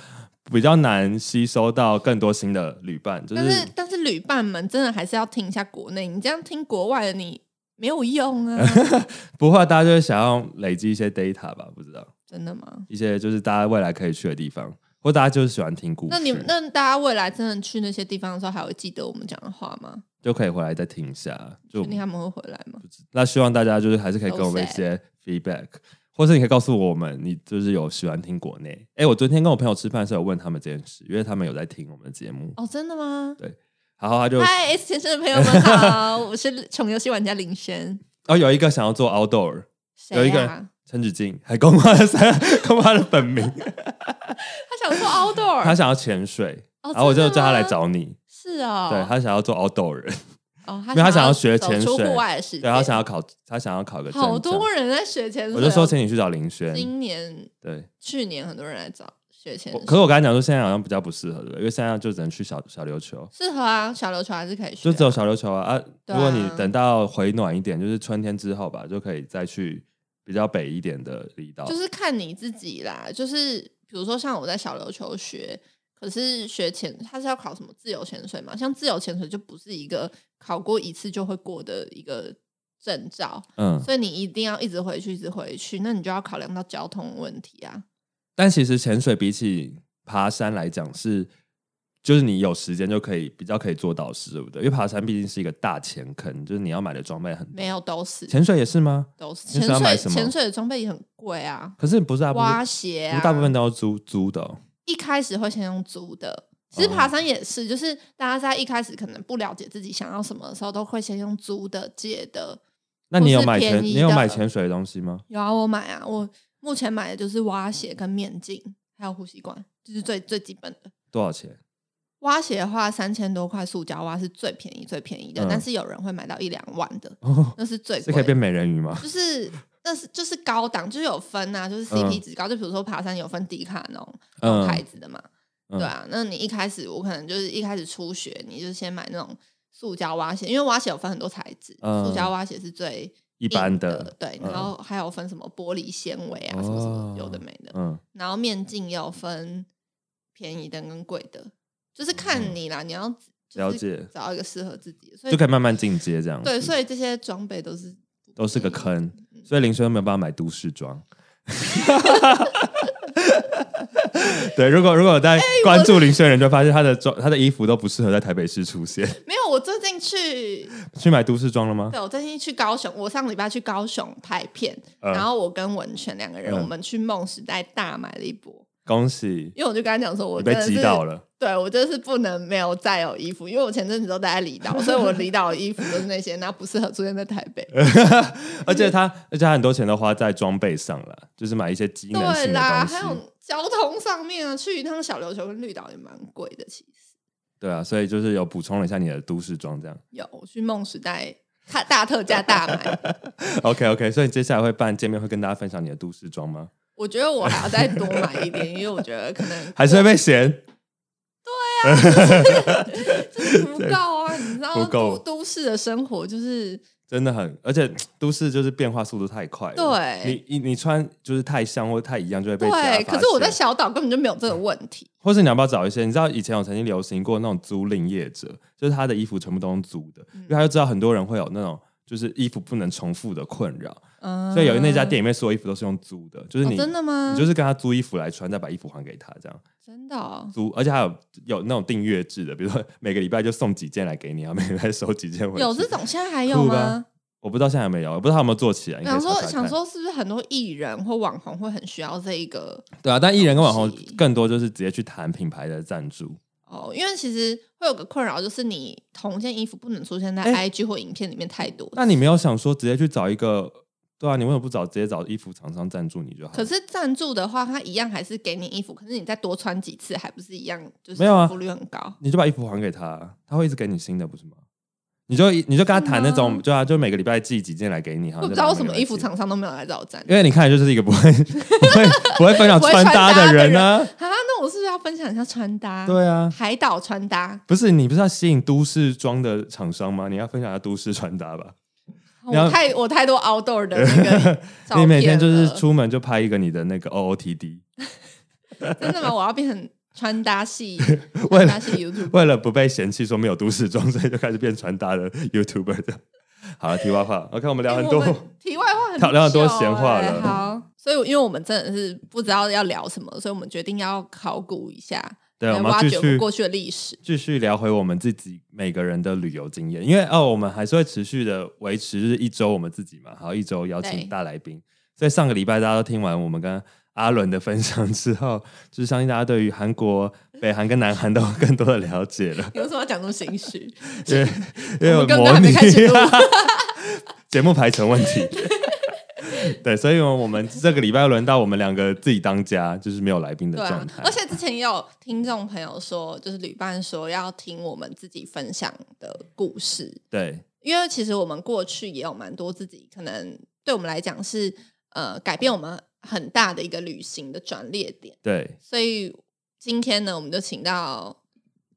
Speaker 2: 比较难吸收到更多新的旅伴，就
Speaker 1: 但
Speaker 2: 是
Speaker 1: 是但是旅伴们真的还是要听一下国内，你这样听国外的你。没有用
Speaker 2: (laughs)
Speaker 1: 啊，
Speaker 2: 不会，大家就会想要累积一些 data 吧？不知道
Speaker 1: 真的吗？
Speaker 2: 一些就是大家未来可以去的地方，或大家就是喜欢听故事，
Speaker 1: 那你们那大家未来真的去那些地方的时候，还会记得我们讲的话吗？
Speaker 2: 就可以回来再听一下。就
Speaker 1: 确定他们会回来吗？
Speaker 2: 那希望大家就是还是可以
Speaker 1: So
Speaker 2: 给我们一些 feedback，或是你可以告诉我们你就是有喜欢听国内。哎，我昨天跟我朋友吃饭的时候有问他们这件事，因为他们有在听我们的节目，
Speaker 1: 哦，真的吗？
Speaker 2: 然后他就
Speaker 1: 嗨，S 先生的朋友们好，我是穷游戏玩家林轩，
Speaker 2: 哦有一个想要做 outdoor，
Speaker 1: 谁
Speaker 2: (laughs) 有一个
Speaker 1: 啊
Speaker 2: 人？陈子敬还公布他的三公布他的
Speaker 1: (laughs)
Speaker 2: 本名，
Speaker 1: 他想做
Speaker 2: 他
Speaker 1: outdoor，
Speaker 2: 想要潜水，
Speaker 1: 哦
Speaker 2: 然后我就
Speaker 1: 真的
Speaker 2: 叫他来
Speaker 1: 吗
Speaker 2: 找你，
Speaker 1: 是哦，
Speaker 2: 对他想要做 outdoor 人，
Speaker 1: 哦，
Speaker 2: 因为他想要
Speaker 1: 要
Speaker 2: 学
Speaker 1: 走
Speaker 2: 潜
Speaker 1: 出
Speaker 2: 水
Speaker 1: 户外的世界，
Speaker 2: 对他想要考他想要考个
Speaker 1: 好
Speaker 2: 证照
Speaker 1: 多人在学潜水哦，
Speaker 2: 我就说请你去找林轩，
Speaker 1: 今年、
Speaker 2: 对，
Speaker 1: 去年很多人来找学潜
Speaker 2: 我
Speaker 1: 水，
Speaker 2: 可是我刚才讲说现在好像比较不适合，对不对？因为现在就只能去小小琉球。
Speaker 1: 适合啊，小琉球还是可以学啊、
Speaker 2: 就只有小琉球啊啊！
Speaker 1: 对
Speaker 2: 如果你
Speaker 1: 啊
Speaker 2: 等到回暖一点，就是春天之后吧，就可以再去比较北一点的离岛。
Speaker 1: 就是看你自己啦。就是比如说像我在小琉球学，可是学潜，他是要考什么自由潜水嘛？像自由潜水就不是一个考过一次就会过的一个证照，
Speaker 2: 嗯，
Speaker 1: 所以你一定要一直回去，一直回去，那你就要考量到交通问题啊。
Speaker 2: 但其实潜水比起爬山来讲是，就是你有时间就可以比较可以做导师，对不对？因为爬山毕竟是一个大钱坑，就是你要买的装备很多。
Speaker 1: 没有，都是
Speaker 2: 嗯潜水也是吗？
Speaker 1: 都是
Speaker 2: 你
Speaker 1: 潜
Speaker 2: 是要买
Speaker 1: 水，
Speaker 2: 什么
Speaker 1: 潜水的装备也很贵啊，
Speaker 2: 可是不是大部分，
Speaker 1: 蛙鞋
Speaker 2: 不
Speaker 1: 啊，
Speaker 2: 是大部分都要租租的哦、
Speaker 1: 一开始会先用租的。其实
Speaker 2: 哦
Speaker 1: 爬山也是，就是大家在一开始可能不了解自己想要什么的时候，都会先用租的、借的。
Speaker 2: 那你有
Speaker 1: 或是
Speaker 2: 买潜
Speaker 1: 便宜
Speaker 2: 你有
Speaker 1: 的
Speaker 2: 买潜水的东西吗？
Speaker 1: 有啊，我买啊，我目前买的就是蛙鞋跟面镜，还有呼吸管，就是最最基本的。
Speaker 2: 多少钱？ (laughs)
Speaker 1: 蛙鞋的话，三千多块塑胶蛙是最便宜、最便宜的，
Speaker 2: 嗯
Speaker 1: 但是有人会买到一两万的，
Speaker 2: 哦，
Speaker 1: 那是最
Speaker 2: 这可
Speaker 1: 贵
Speaker 2: 以变
Speaker 1: 的。
Speaker 2: 美人鱼吗？
Speaker 1: 就是，但是就是高档，就是有分啊，就是 CP 值高。就比如说爬山有分迪卡侬那种
Speaker 2: 嗯
Speaker 1: 牌子的嘛，
Speaker 2: 嗯
Speaker 1: 对啊，那你一开始我可能就是一开始初学，你就先买那种塑胶蛙鞋，因为蛙鞋有分很多材质，
Speaker 2: 嗯
Speaker 1: 塑胶蛙鞋是最
Speaker 2: 一般
Speaker 1: 硬
Speaker 2: 的
Speaker 1: 的，对，
Speaker 2: 嗯
Speaker 1: 然后还有分什么玻璃纤维啊，什么什么有的没的，
Speaker 2: 嗯，
Speaker 1: 然后面镜也有分便宜的跟贵的，就是看你啦，你要就是
Speaker 2: 哦了解
Speaker 1: 找一个适合自己的，所
Speaker 2: 就
Speaker 1: 以
Speaker 2: 嗯可以慢慢进阶这样子。
Speaker 1: 对，所以这些装备都是
Speaker 2: 都是个坑
Speaker 1: 嗯，
Speaker 2: 所以林轩没有办法买都市装。 (laughs) 对，如果如果有在关注林轩的人，就发现他的装、他的衣服都不适合在台北市出现。 (laughs)
Speaker 1: 没有。我最近去
Speaker 2: 去买都市装了吗？
Speaker 1: 对，我最近去高雄，我上礼拜去高雄拍片，
Speaker 2: 嗯
Speaker 1: 然后我跟文泉两个人，
Speaker 2: 嗯
Speaker 1: 我们去梦时代大买了一波，
Speaker 2: 恭喜，
Speaker 1: 因为我就跟他讲说，我
Speaker 2: 你
Speaker 1: 真
Speaker 2: 被
Speaker 1: 的
Speaker 2: 击
Speaker 1: 是，
Speaker 2: 倒了。
Speaker 1: 对我就是不能没有再有衣服，因为我前阵子都待在离岛，所以我离岛的衣服都是那些，那不适合出现在台
Speaker 2: (laughs)
Speaker 1: 北。
Speaker 2: 而且他而且他很多钱都花在装备上了，就是买一些机能
Speaker 1: 对
Speaker 2: 性的
Speaker 1: 啦，
Speaker 2: 东
Speaker 1: 还
Speaker 2: 西。
Speaker 1: 有交通上面啊，去一趟小琉球跟绿岛也蛮贵的，其实
Speaker 2: 对啊，所以就是有补充了一下你的都市装这样。
Speaker 1: 有我去梦时代。大大特价大买，
Speaker 2: OK OK，所以你接下来会办见面会跟大家分享你的都市装吗？
Speaker 1: 我觉得我还要再多买一点，因为我觉得可能
Speaker 2: 还是会被嫌？
Speaker 1: 就是不够啊，你知道
Speaker 2: 不
Speaker 1: 都
Speaker 2: 够
Speaker 1: 都市的生活就是
Speaker 2: 真的很，而且都市就是变化速度太快了。
Speaker 1: 对
Speaker 2: 你你你穿就是太像或太一样，就会被大家
Speaker 1: 对，
Speaker 2: 发
Speaker 1: 可是我在
Speaker 2: 现，
Speaker 1: 小岛根本就没有这个问题。
Speaker 2: 或是你要不要找一些？你知道以前有曾经流行过那种租赁业者，就是他的衣服全部都用租的，
Speaker 1: 嗯
Speaker 2: 因为他就知道很多人会有那种就是衣服不能重复的困扰，
Speaker 1: 嗯，
Speaker 2: 所以有那家店里面所有衣服都是用租的，就是
Speaker 1: 哦
Speaker 2: 你、
Speaker 1: 真的吗？
Speaker 2: 你就是跟他租衣服来穿，再把衣服还给他这样
Speaker 1: 真的哦、
Speaker 2: 租，而且还有有那种订阅制的，比如说每个礼拜就送几件来给你，然后每个礼拜收几件回去。
Speaker 1: 有这种现在还有
Speaker 2: 酷
Speaker 1: 吗
Speaker 2: 吧？我不知道现在有没有，我不知道他有没有做起来。你可以
Speaker 1: 想说
Speaker 2: 查查
Speaker 1: 想
Speaker 2: 看
Speaker 1: 说是不是很多艺人或网红会很需要这一个
Speaker 2: 对啊，但艺人跟网红
Speaker 1: 东西
Speaker 2: 更多就是直接去谈品牌的赞助。
Speaker 1: 哦？因为其实会有个困扰，就是你同件衣服不能出现在
Speaker 2: 哎
Speaker 1: IG 或影片里面太多。
Speaker 2: 那你没有想说直接去找一个？对啊，你为什么不找直接找衣服厂商赞助你就好？
Speaker 1: 可是赞助的话，他一样还是给你衣服，可是你再多穿几次，还不是一样？就是
Speaker 2: 没有啊
Speaker 1: 重复率很高。
Speaker 2: 你就把衣服还给他，他会一直给你新的，不是吗？你就你就跟他谈那
Speaker 1: 是
Speaker 2: 种，
Speaker 1: 吗
Speaker 2: 对啊，就每个礼拜寄几件来给你，好
Speaker 1: 我
Speaker 2: 像
Speaker 1: 不知道为
Speaker 2: 就
Speaker 1: 什
Speaker 2: 买
Speaker 1: 么
Speaker 2: 每个礼拜
Speaker 1: 衣服
Speaker 2: 寄，
Speaker 1: 厂商都没有来找我赞助。
Speaker 2: 因为你看起来就是一个不会 (laughs) 不会不会分享
Speaker 1: 不会穿
Speaker 2: 穿
Speaker 1: 搭
Speaker 2: 搭
Speaker 1: 的
Speaker 2: 的人呢、
Speaker 1: 啊，那我是不是要分享一下穿搭？，
Speaker 2: 对啊，
Speaker 1: 海岛穿搭。
Speaker 2: 不是你不是要吸引都市装的厂商吗？你要分享一下都市穿搭吧。你要
Speaker 1: 我太我太多 outdoor 的那
Speaker 2: (laughs)
Speaker 1: 个照片
Speaker 2: 你每天就是
Speaker 1: 了
Speaker 2: 出门就拍一个你的那个 OOTD，
Speaker 1: 真的吗？我要变成穿搭
Speaker 2: (laughs)
Speaker 1: 系，
Speaker 2: 为
Speaker 1: 穿
Speaker 2: 了 (laughs)
Speaker 1: 搭系 YouTube。
Speaker 2: 为了不被嫌弃说没有都市装，所以就开始变穿搭的 YouTuber 的。 (laughs) 好了，题外话，OK，我们聊
Speaker 1: 欸
Speaker 2: 很
Speaker 1: 我
Speaker 2: 多，
Speaker 1: 们题外话很、
Speaker 2: 聊
Speaker 1: 欸，
Speaker 2: 聊很多闲话了
Speaker 1: 好，所以因为我们真的是不知道要聊什么，所以我们决定要考古一下，
Speaker 2: (laughs) 对，我
Speaker 1: 来
Speaker 2: 们要
Speaker 1: 挖
Speaker 2: 继
Speaker 1: 哎掘我们
Speaker 2: 续
Speaker 1: 过去的历
Speaker 2: (laughs)
Speaker 1: 史。
Speaker 2: 继续聊回我们自己每个人的旅游经验，因为哦，我们还是会持续的维持就是一周我们自己嘛，好一周邀
Speaker 1: 对。
Speaker 2: 请大来宾。所以上个礼拜大家都听完我们跟阿伦的分享之后，就是相信大家对于韩国、北韩跟南韩都有更多的了解了
Speaker 1: 有什么要讲这么心
Speaker 2: (laughs)
Speaker 1: 虚？(laughs)
Speaker 2: 因为因为
Speaker 1: 我们刚刚
Speaker 2: 模
Speaker 1: 还
Speaker 2: 拟
Speaker 1: 没开始录
Speaker 2: (laughs) 节目排程问题。 (laughs) 对，所以我们这个礼拜轮到我们两个自己当家，就是没有来宾的
Speaker 1: 对
Speaker 2: 状
Speaker 1: 啊
Speaker 2: 态。，
Speaker 1: 而且之前也有听众朋友说，就是旅伴说要听我们自己分享的故事，
Speaker 2: 对
Speaker 1: 因为其实我们过去也有蛮多自己可能对我们来讲是呃改变我们很大的一个旅行的转捩点。
Speaker 2: 对
Speaker 1: 所以今天呢，我们就请到。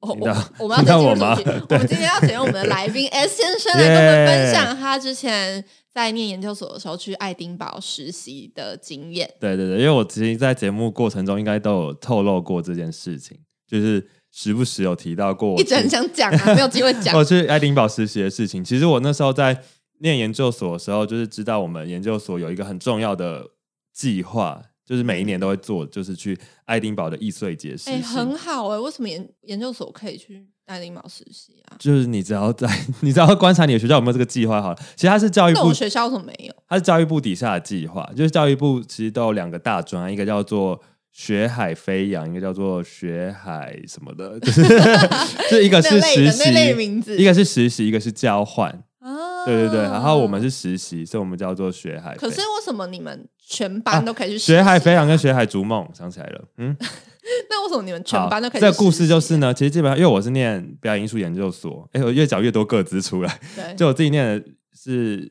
Speaker 1: 我
Speaker 2: 请到
Speaker 1: 我我们要再进入
Speaker 2: (laughs)
Speaker 1: 主题，我们今天要请我们的来宾 S 先生来跟我们分享他之前在念研究所的时候去爱丁堡实习的经验。
Speaker 2: 对对对，因为我其实，在节目过程中应该都有透露过这件事情，就是时不时有提到过我
Speaker 1: 一直很
Speaker 2: 去哦
Speaker 1: 想讲啊，没有机会
Speaker 2: (laughs)
Speaker 1: 讲。
Speaker 2: 我去爱丁堡实习的事情。其实我那时候在念研究所的时候，就是知道我们研究所有一个很重要的计划，就是每一年都会做，就是去爱丁堡的易碎节实
Speaker 1: 哎、
Speaker 2: 习。
Speaker 1: 很好哎、为什么研研究所可以去爱丁堡实习啊？
Speaker 2: 就是你只要在， (laughs) 你只要观察你的学校有没有这个计划好了。其实它是教育
Speaker 1: 那
Speaker 2: 部
Speaker 1: 我，学校为什么没有？
Speaker 2: 它是教育部底下的计划，就是教育部其实都有两个大专案，一个叫做学海飞扬，一个叫做学海什么
Speaker 1: (laughs)
Speaker 2: 的，就是这一个
Speaker 1: 那
Speaker 2: 呃是
Speaker 1: 类
Speaker 2: 实
Speaker 1: 的那类
Speaker 2: 习，
Speaker 1: 名字
Speaker 2: 一个是实习，一个是交换。
Speaker 1: 啊，
Speaker 2: 对对对，然后我们。是实习，所以我们叫做学海飞。
Speaker 1: 哦可是为什么你们全班都可以去、实
Speaker 2: 啊学海
Speaker 1: 习
Speaker 2: 飞扬跟学海逐梦想起来了，嗯，
Speaker 1: (laughs) 那为什么你们全
Speaker 2: 好，
Speaker 1: 班都可以去
Speaker 2: 这
Speaker 1: 实习？
Speaker 2: 个故事就是呢，其实基本上因为我是念表演艺术研究所，哎，我越讲越多个资出来，
Speaker 1: 对，
Speaker 2: 就我自己念的是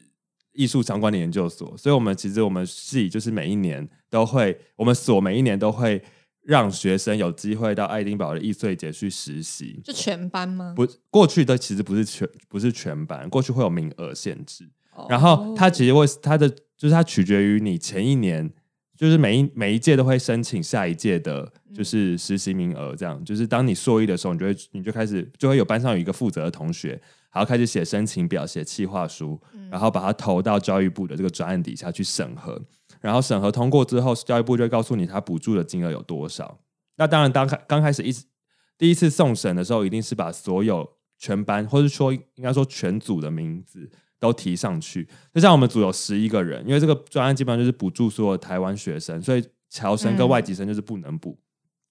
Speaker 2: 艺术相关的研究所，所以我们其实我们系就是每一年都会，我们所每一年都会让学生有机会到爱丁堡的易碎节去实习。
Speaker 1: 就全班吗？
Speaker 2: 不，过去的其实不是全不是全班，过去会有名额限制。
Speaker 1: 哦
Speaker 2: 然后它其实会它的就是它取决于你前一年，就是每一每一届都会申请下一届的，就是实习名额这样。就是当你硕一的时候，你就会你就开始就会有班上有一个负责的同学，然后开始写申请表、写企划书，
Speaker 1: 嗯
Speaker 2: 然后把它投到教育部的这个专案底下去审核。然后审核通过之后，教育部就会告诉你他补助的金额有多少。那当然，当开刚开始一第一次送审的时候，一定是把所有全班，或是说应该说全组的名字都提上去。就像我们组有十一个人，因为这个专案基本上就是补助所有台湾学生，所以侨生跟
Speaker 1: 嗯
Speaker 2: 外籍生就是不能补。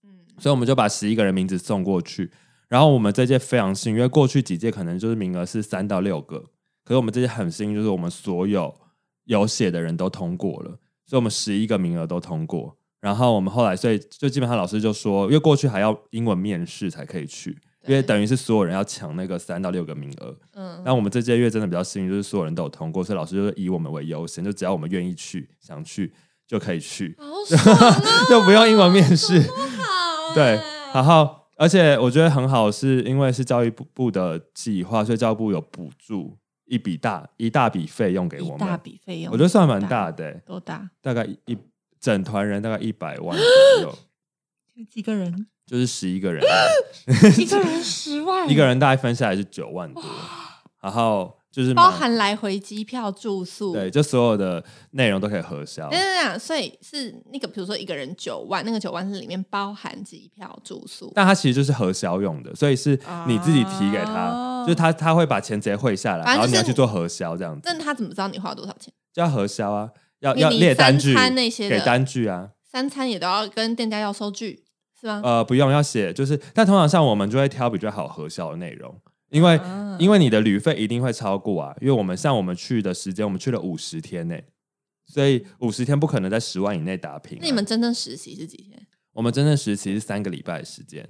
Speaker 1: 嗯
Speaker 2: 所以我们就把十一个人名字送过去。然后我们这届非常幸运，因为过去几届可能就是名额是三到六个，可是我们这届很幸运，就是我们所有有写的人都通过了，所以我们十一个名额都通过。然后我们后来，所以就基本上老师就说，因为过去还要英文面试才可以去，因
Speaker 1: 对
Speaker 2: 为等于是所有人要抢那个三到六个名额。
Speaker 1: 嗯，
Speaker 2: 但我们这届月真的比较幸运，就是所有人都有通过，所以老师就是以我们为优先，就只要我们愿意去、想去就可以去，
Speaker 1: 好爽啊，
Speaker 2: 就不用英文面试。 (laughs)
Speaker 1: 好啊
Speaker 2: 对，然后而且我觉得很好，是因为是教育部部的计划，所以教育部有补助一笔大一大笔费用给
Speaker 1: 一
Speaker 2: 我
Speaker 1: 大
Speaker 2: 们，
Speaker 1: 笔费用，
Speaker 2: 我觉得算蛮大的欸、
Speaker 1: 多大？
Speaker 2: 大概一一整团人大概一百万
Speaker 1: (gasps)
Speaker 2: 左右，
Speaker 1: 几个
Speaker 2: (laughs)
Speaker 1: 人？
Speaker 2: 就是十一个人，
Speaker 1: 一个人十万，
Speaker 2: 一个人大概分下来是九万多，然后就是
Speaker 1: 包
Speaker 2: 蛮
Speaker 1: 含来回机票、住宿。
Speaker 2: 对，就所有的内容都可以核销
Speaker 1: 等。等等等，所以是那个，比如说一个人九万，那个九万是里面包含机票、住宿。
Speaker 2: 但它其实就是核销用的，所以是你自己提给他，
Speaker 1: 哦
Speaker 2: 就是他他会把钱直接汇下来，
Speaker 1: 反正
Speaker 2: 然后你要
Speaker 1: 就是
Speaker 2: 去做核销这样子。
Speaker 1: 但他怎么知道你花多少钱？
Speaker 2: 就要核销啊，要
Speaker 1: 你
Speaker 2: 要
Speaker 1: 你
Speaker 2: 列单据
Speaker 1: 三餐那些的
Speaker 2: 给单据啊，
Speaker 1: 三餐也都要跟店家要收据，是吗？
Speaker 2: 呃，不用要写，就是但通常像我们就会挑比较好核销的内容，因为、
Speaker 1: 啊
Speaker 2: 呃因为你的旅费一定会超过啊，因为我们像我们去的时间，我们去了五十天呢、所以五十天不可能在十万以内打平啊、
Speaker 1: 那你们真正实习是几天？
Speaker 2: 我们真正实习是三个礼拜的时间，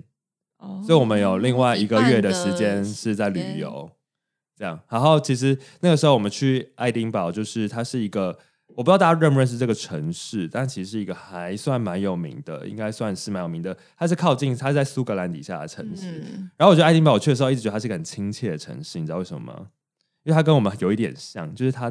Speaker 1: 哦
Speaker 2: 所以我们有另外一个月的时
Speaker 1: 一半
Speaker 2: 间
Speaker 1: 的
Speaker 2: 是在旅
Speaker 1: 时间。
Speaker 2: 游，这样。然后其实那个时候我们去爱丁堡，就是它是一个我不知道大家认不认识这个城市，但其实是一个还算蛮有名的，应该算是蛮有名的。它是靠近，它是在苏格兰底下的城市。
Speaker 1: 嗯，
Speaker 2: 然后我觉得爱丁堡，我去的时候一直觉得它是一个很亲切的城市，你知道为什么吗？因为它跟我们有一点像，就是它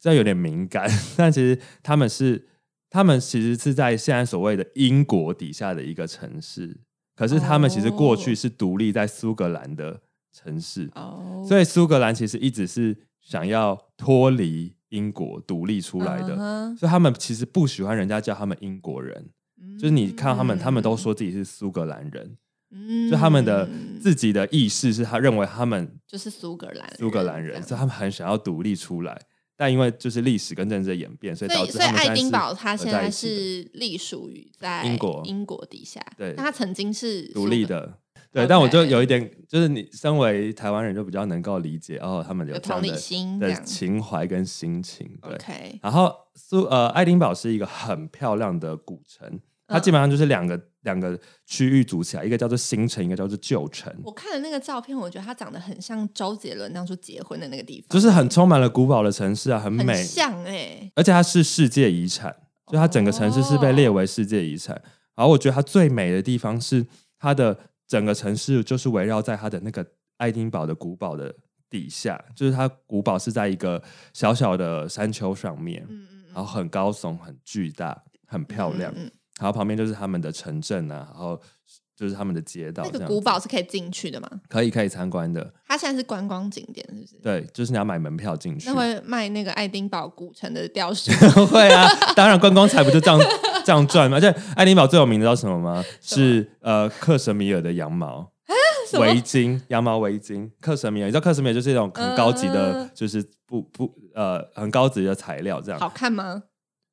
Speaker 2: 虽然有点敏感，但其实他们是他们其实是在现在所谓的英国底下的一个城市，可是他们其实过去
Speaker 1: 哦
Speaker 2: 是独立在苏格兰的城市，
Speaker 1: 哦，
Speaker 2: 所以苏格兰其实一直是想要脱离英国独立出来的，
Speaker 1: 嗯哼
Speaker 2: 所以他们其实不喜欢人家叫他们英国人，就是你看他们，他们都，说自己是苏格兰人，
Speaker 1: 嗯
Speaker 2: 就他们的
Speaker 1: 嗯
Speaker 2: 自己的意识是他认为他们
Speaker 1: 就是苏格兰，
Speaker 2: 苏格兰人，
Speaker 1: 这
Speaker 2: 所
Speaker 1: 样
Speaker 2: 以他们很想要独立出来，但因为就是历史跟政治的演变，所以导
Speaker 1: 所以，
Speaker 2: 致
Speaker 1: 所以
Speaker 2: 他们
Speaker 1: 爱
Speaker 2: 现在
Speaker 1: 丁
Speaker 2: 是
Speaker 1: 堡它
Speaker 2: 合
Speaker 1: 现
Speaker 2: 在一
Speaker 1: 在
Speaker 2: 起的
Speaker 1: 是隶属于在
Speaker 2: 英国
Speaker 1: 英国底下，
Speaker 2: 对
Speaker 1: 但它曾经是
Speaker 2: 独
Speaker 1: 苏
Speaker 2: 立
Speaker 1: 格，
Speaker 2: 的。对，但我就
Speaker 1: OK
Speaker 2: 有一点，就是你身为台湾人，就比较能够理解哦，他们有
Speaker 1: 有
Speaker 2: 这样
Speaker 1: 同理
Speaker 2: 的
Speaker 1: 心这
Speaker 2: 的
Speaker 1: 样。
Speaker 2: 情怀跟心情。对，
Speaker 1: OK，
Speaker 2: 然后苏呃，爱丁堡是一个很漂亮的古城，它
Speaker 1: 嗯
Speaker 2: 基本上就是两个两个区域组起来，一个叫做新城，一个叫做旧城，
Speaker 1: 我看了那个照片，我觉得它长得很像周杰伦当初结婚的那个地方，
Speaker 2: 就是很充满了古堡的城市啊，很
Speaker 1: 很
Speaker 2: 美，
Speaker 1: 像哎、
Speaker 2: 而且它是世界遗产，
Speaker 1: 哦
Speaker 2: 就它整个城市是被列为世界遗产。然后我觉得它最美的地方是它的整个城市就是围绕在它的那个爱丁堡的古堡的底下，就是它古堡是在一个小小的山丘上面，
Speaker 1: 嗯嗯嗯，
Speaker 2: 然后很高耸、很巨大、很漂亮。
Speaker 1: 嗯嗯嗯
Speaker 2: 然后旁边就是他们的城镇啊，然后就是他们的街道，
Speaker 1: 那
Speaker 2: 这
Speaker 1: 个
Speaker 2: 样
Speaker 1: 古
Speaker 2: 子
Speaker 1: 堡是可以进去的吗？
Speaker 2: 可以可以参观的。
Speaker 1: 它现在是观光景点，是不是？
Speaker 2: 对，就是你要买门票进去。
Speaker 1: 那会卖那个爱丁堡古城的雕
Speaker 2: (laughs)
Speaker 1: 塑，
Speaker 2: 会啊，当然观光财不就这样 (laughs) 这样赚吗？而且爱丁堡最有名的知道什么吗？是呃克什米尔的羊毛。
Speaker 1: 啊什么
Speaker 2: 围巾，羊毛围巾，克什米尔，你知道克什米尔就是一种很高级的，
Speaker 1: 嗯
Speaker 2: 就是不不呃很高级的材料，这样
Speaker 1: 好看吗？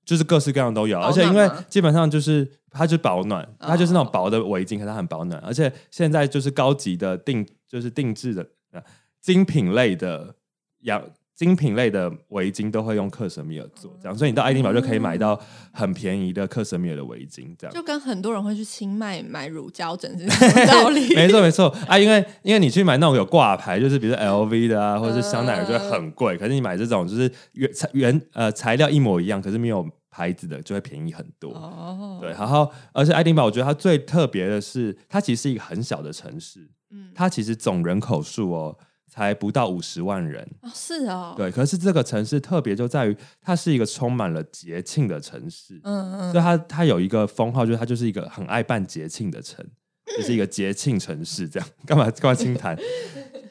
Speaker 2: 就是各式各样都有，
Speaker 1: 保
Speaker 2: 而且因
Speaker 1: 暖
Speaker 2: 为
Speaker 1: 吗
Speaker 2: 基本上就是它就是保暖，
Speaker 1: 哦
Speaker 2: 它就是那种薄的围巾，可是它很保暖，而且现在就是高级的定就是定制的、呃精品类的羊精品类的围巾都会用克什米尔做，这样，所以你到爱丁堡就可以买到很便宜的克什米尔的围巾，这样。
Speaker 1: 就跟很多人会去清迈买乳胶枕是一样的道理。
Speaker 2: (laughs) 没错没错啊，因为因为你去买那种有挂牌，就是比如说 LV 的啊，或者是香奈儿，就会很贵。可是你买这种就是原材原呃材料一模一样，可是没有牌子的，就会便宜很多。
Speaker 1: (laughs) 哦，
Speaker 2: 对，，然后而且爱丁堡，我觉得它最特别的是，它其实是一个很小的城市，
Speaker 1: 嗯，
Speaker 2: 它其实总人口数哦才不到五十万人。
Speaker 1: 哦是哦，，
Speaker 2: 对，可是这个城市特别就在于，它是一个充满了节庆的城市，
Speaker 1: 嗯
Speaker 2: 所
Speaker 1: 嗯，
Speaker 2: 以它它有一个封号，就是它就是一个很爱办节庆的城，就是一个节庆城市。这样 (laughs) 干嘛干嘛轻谈？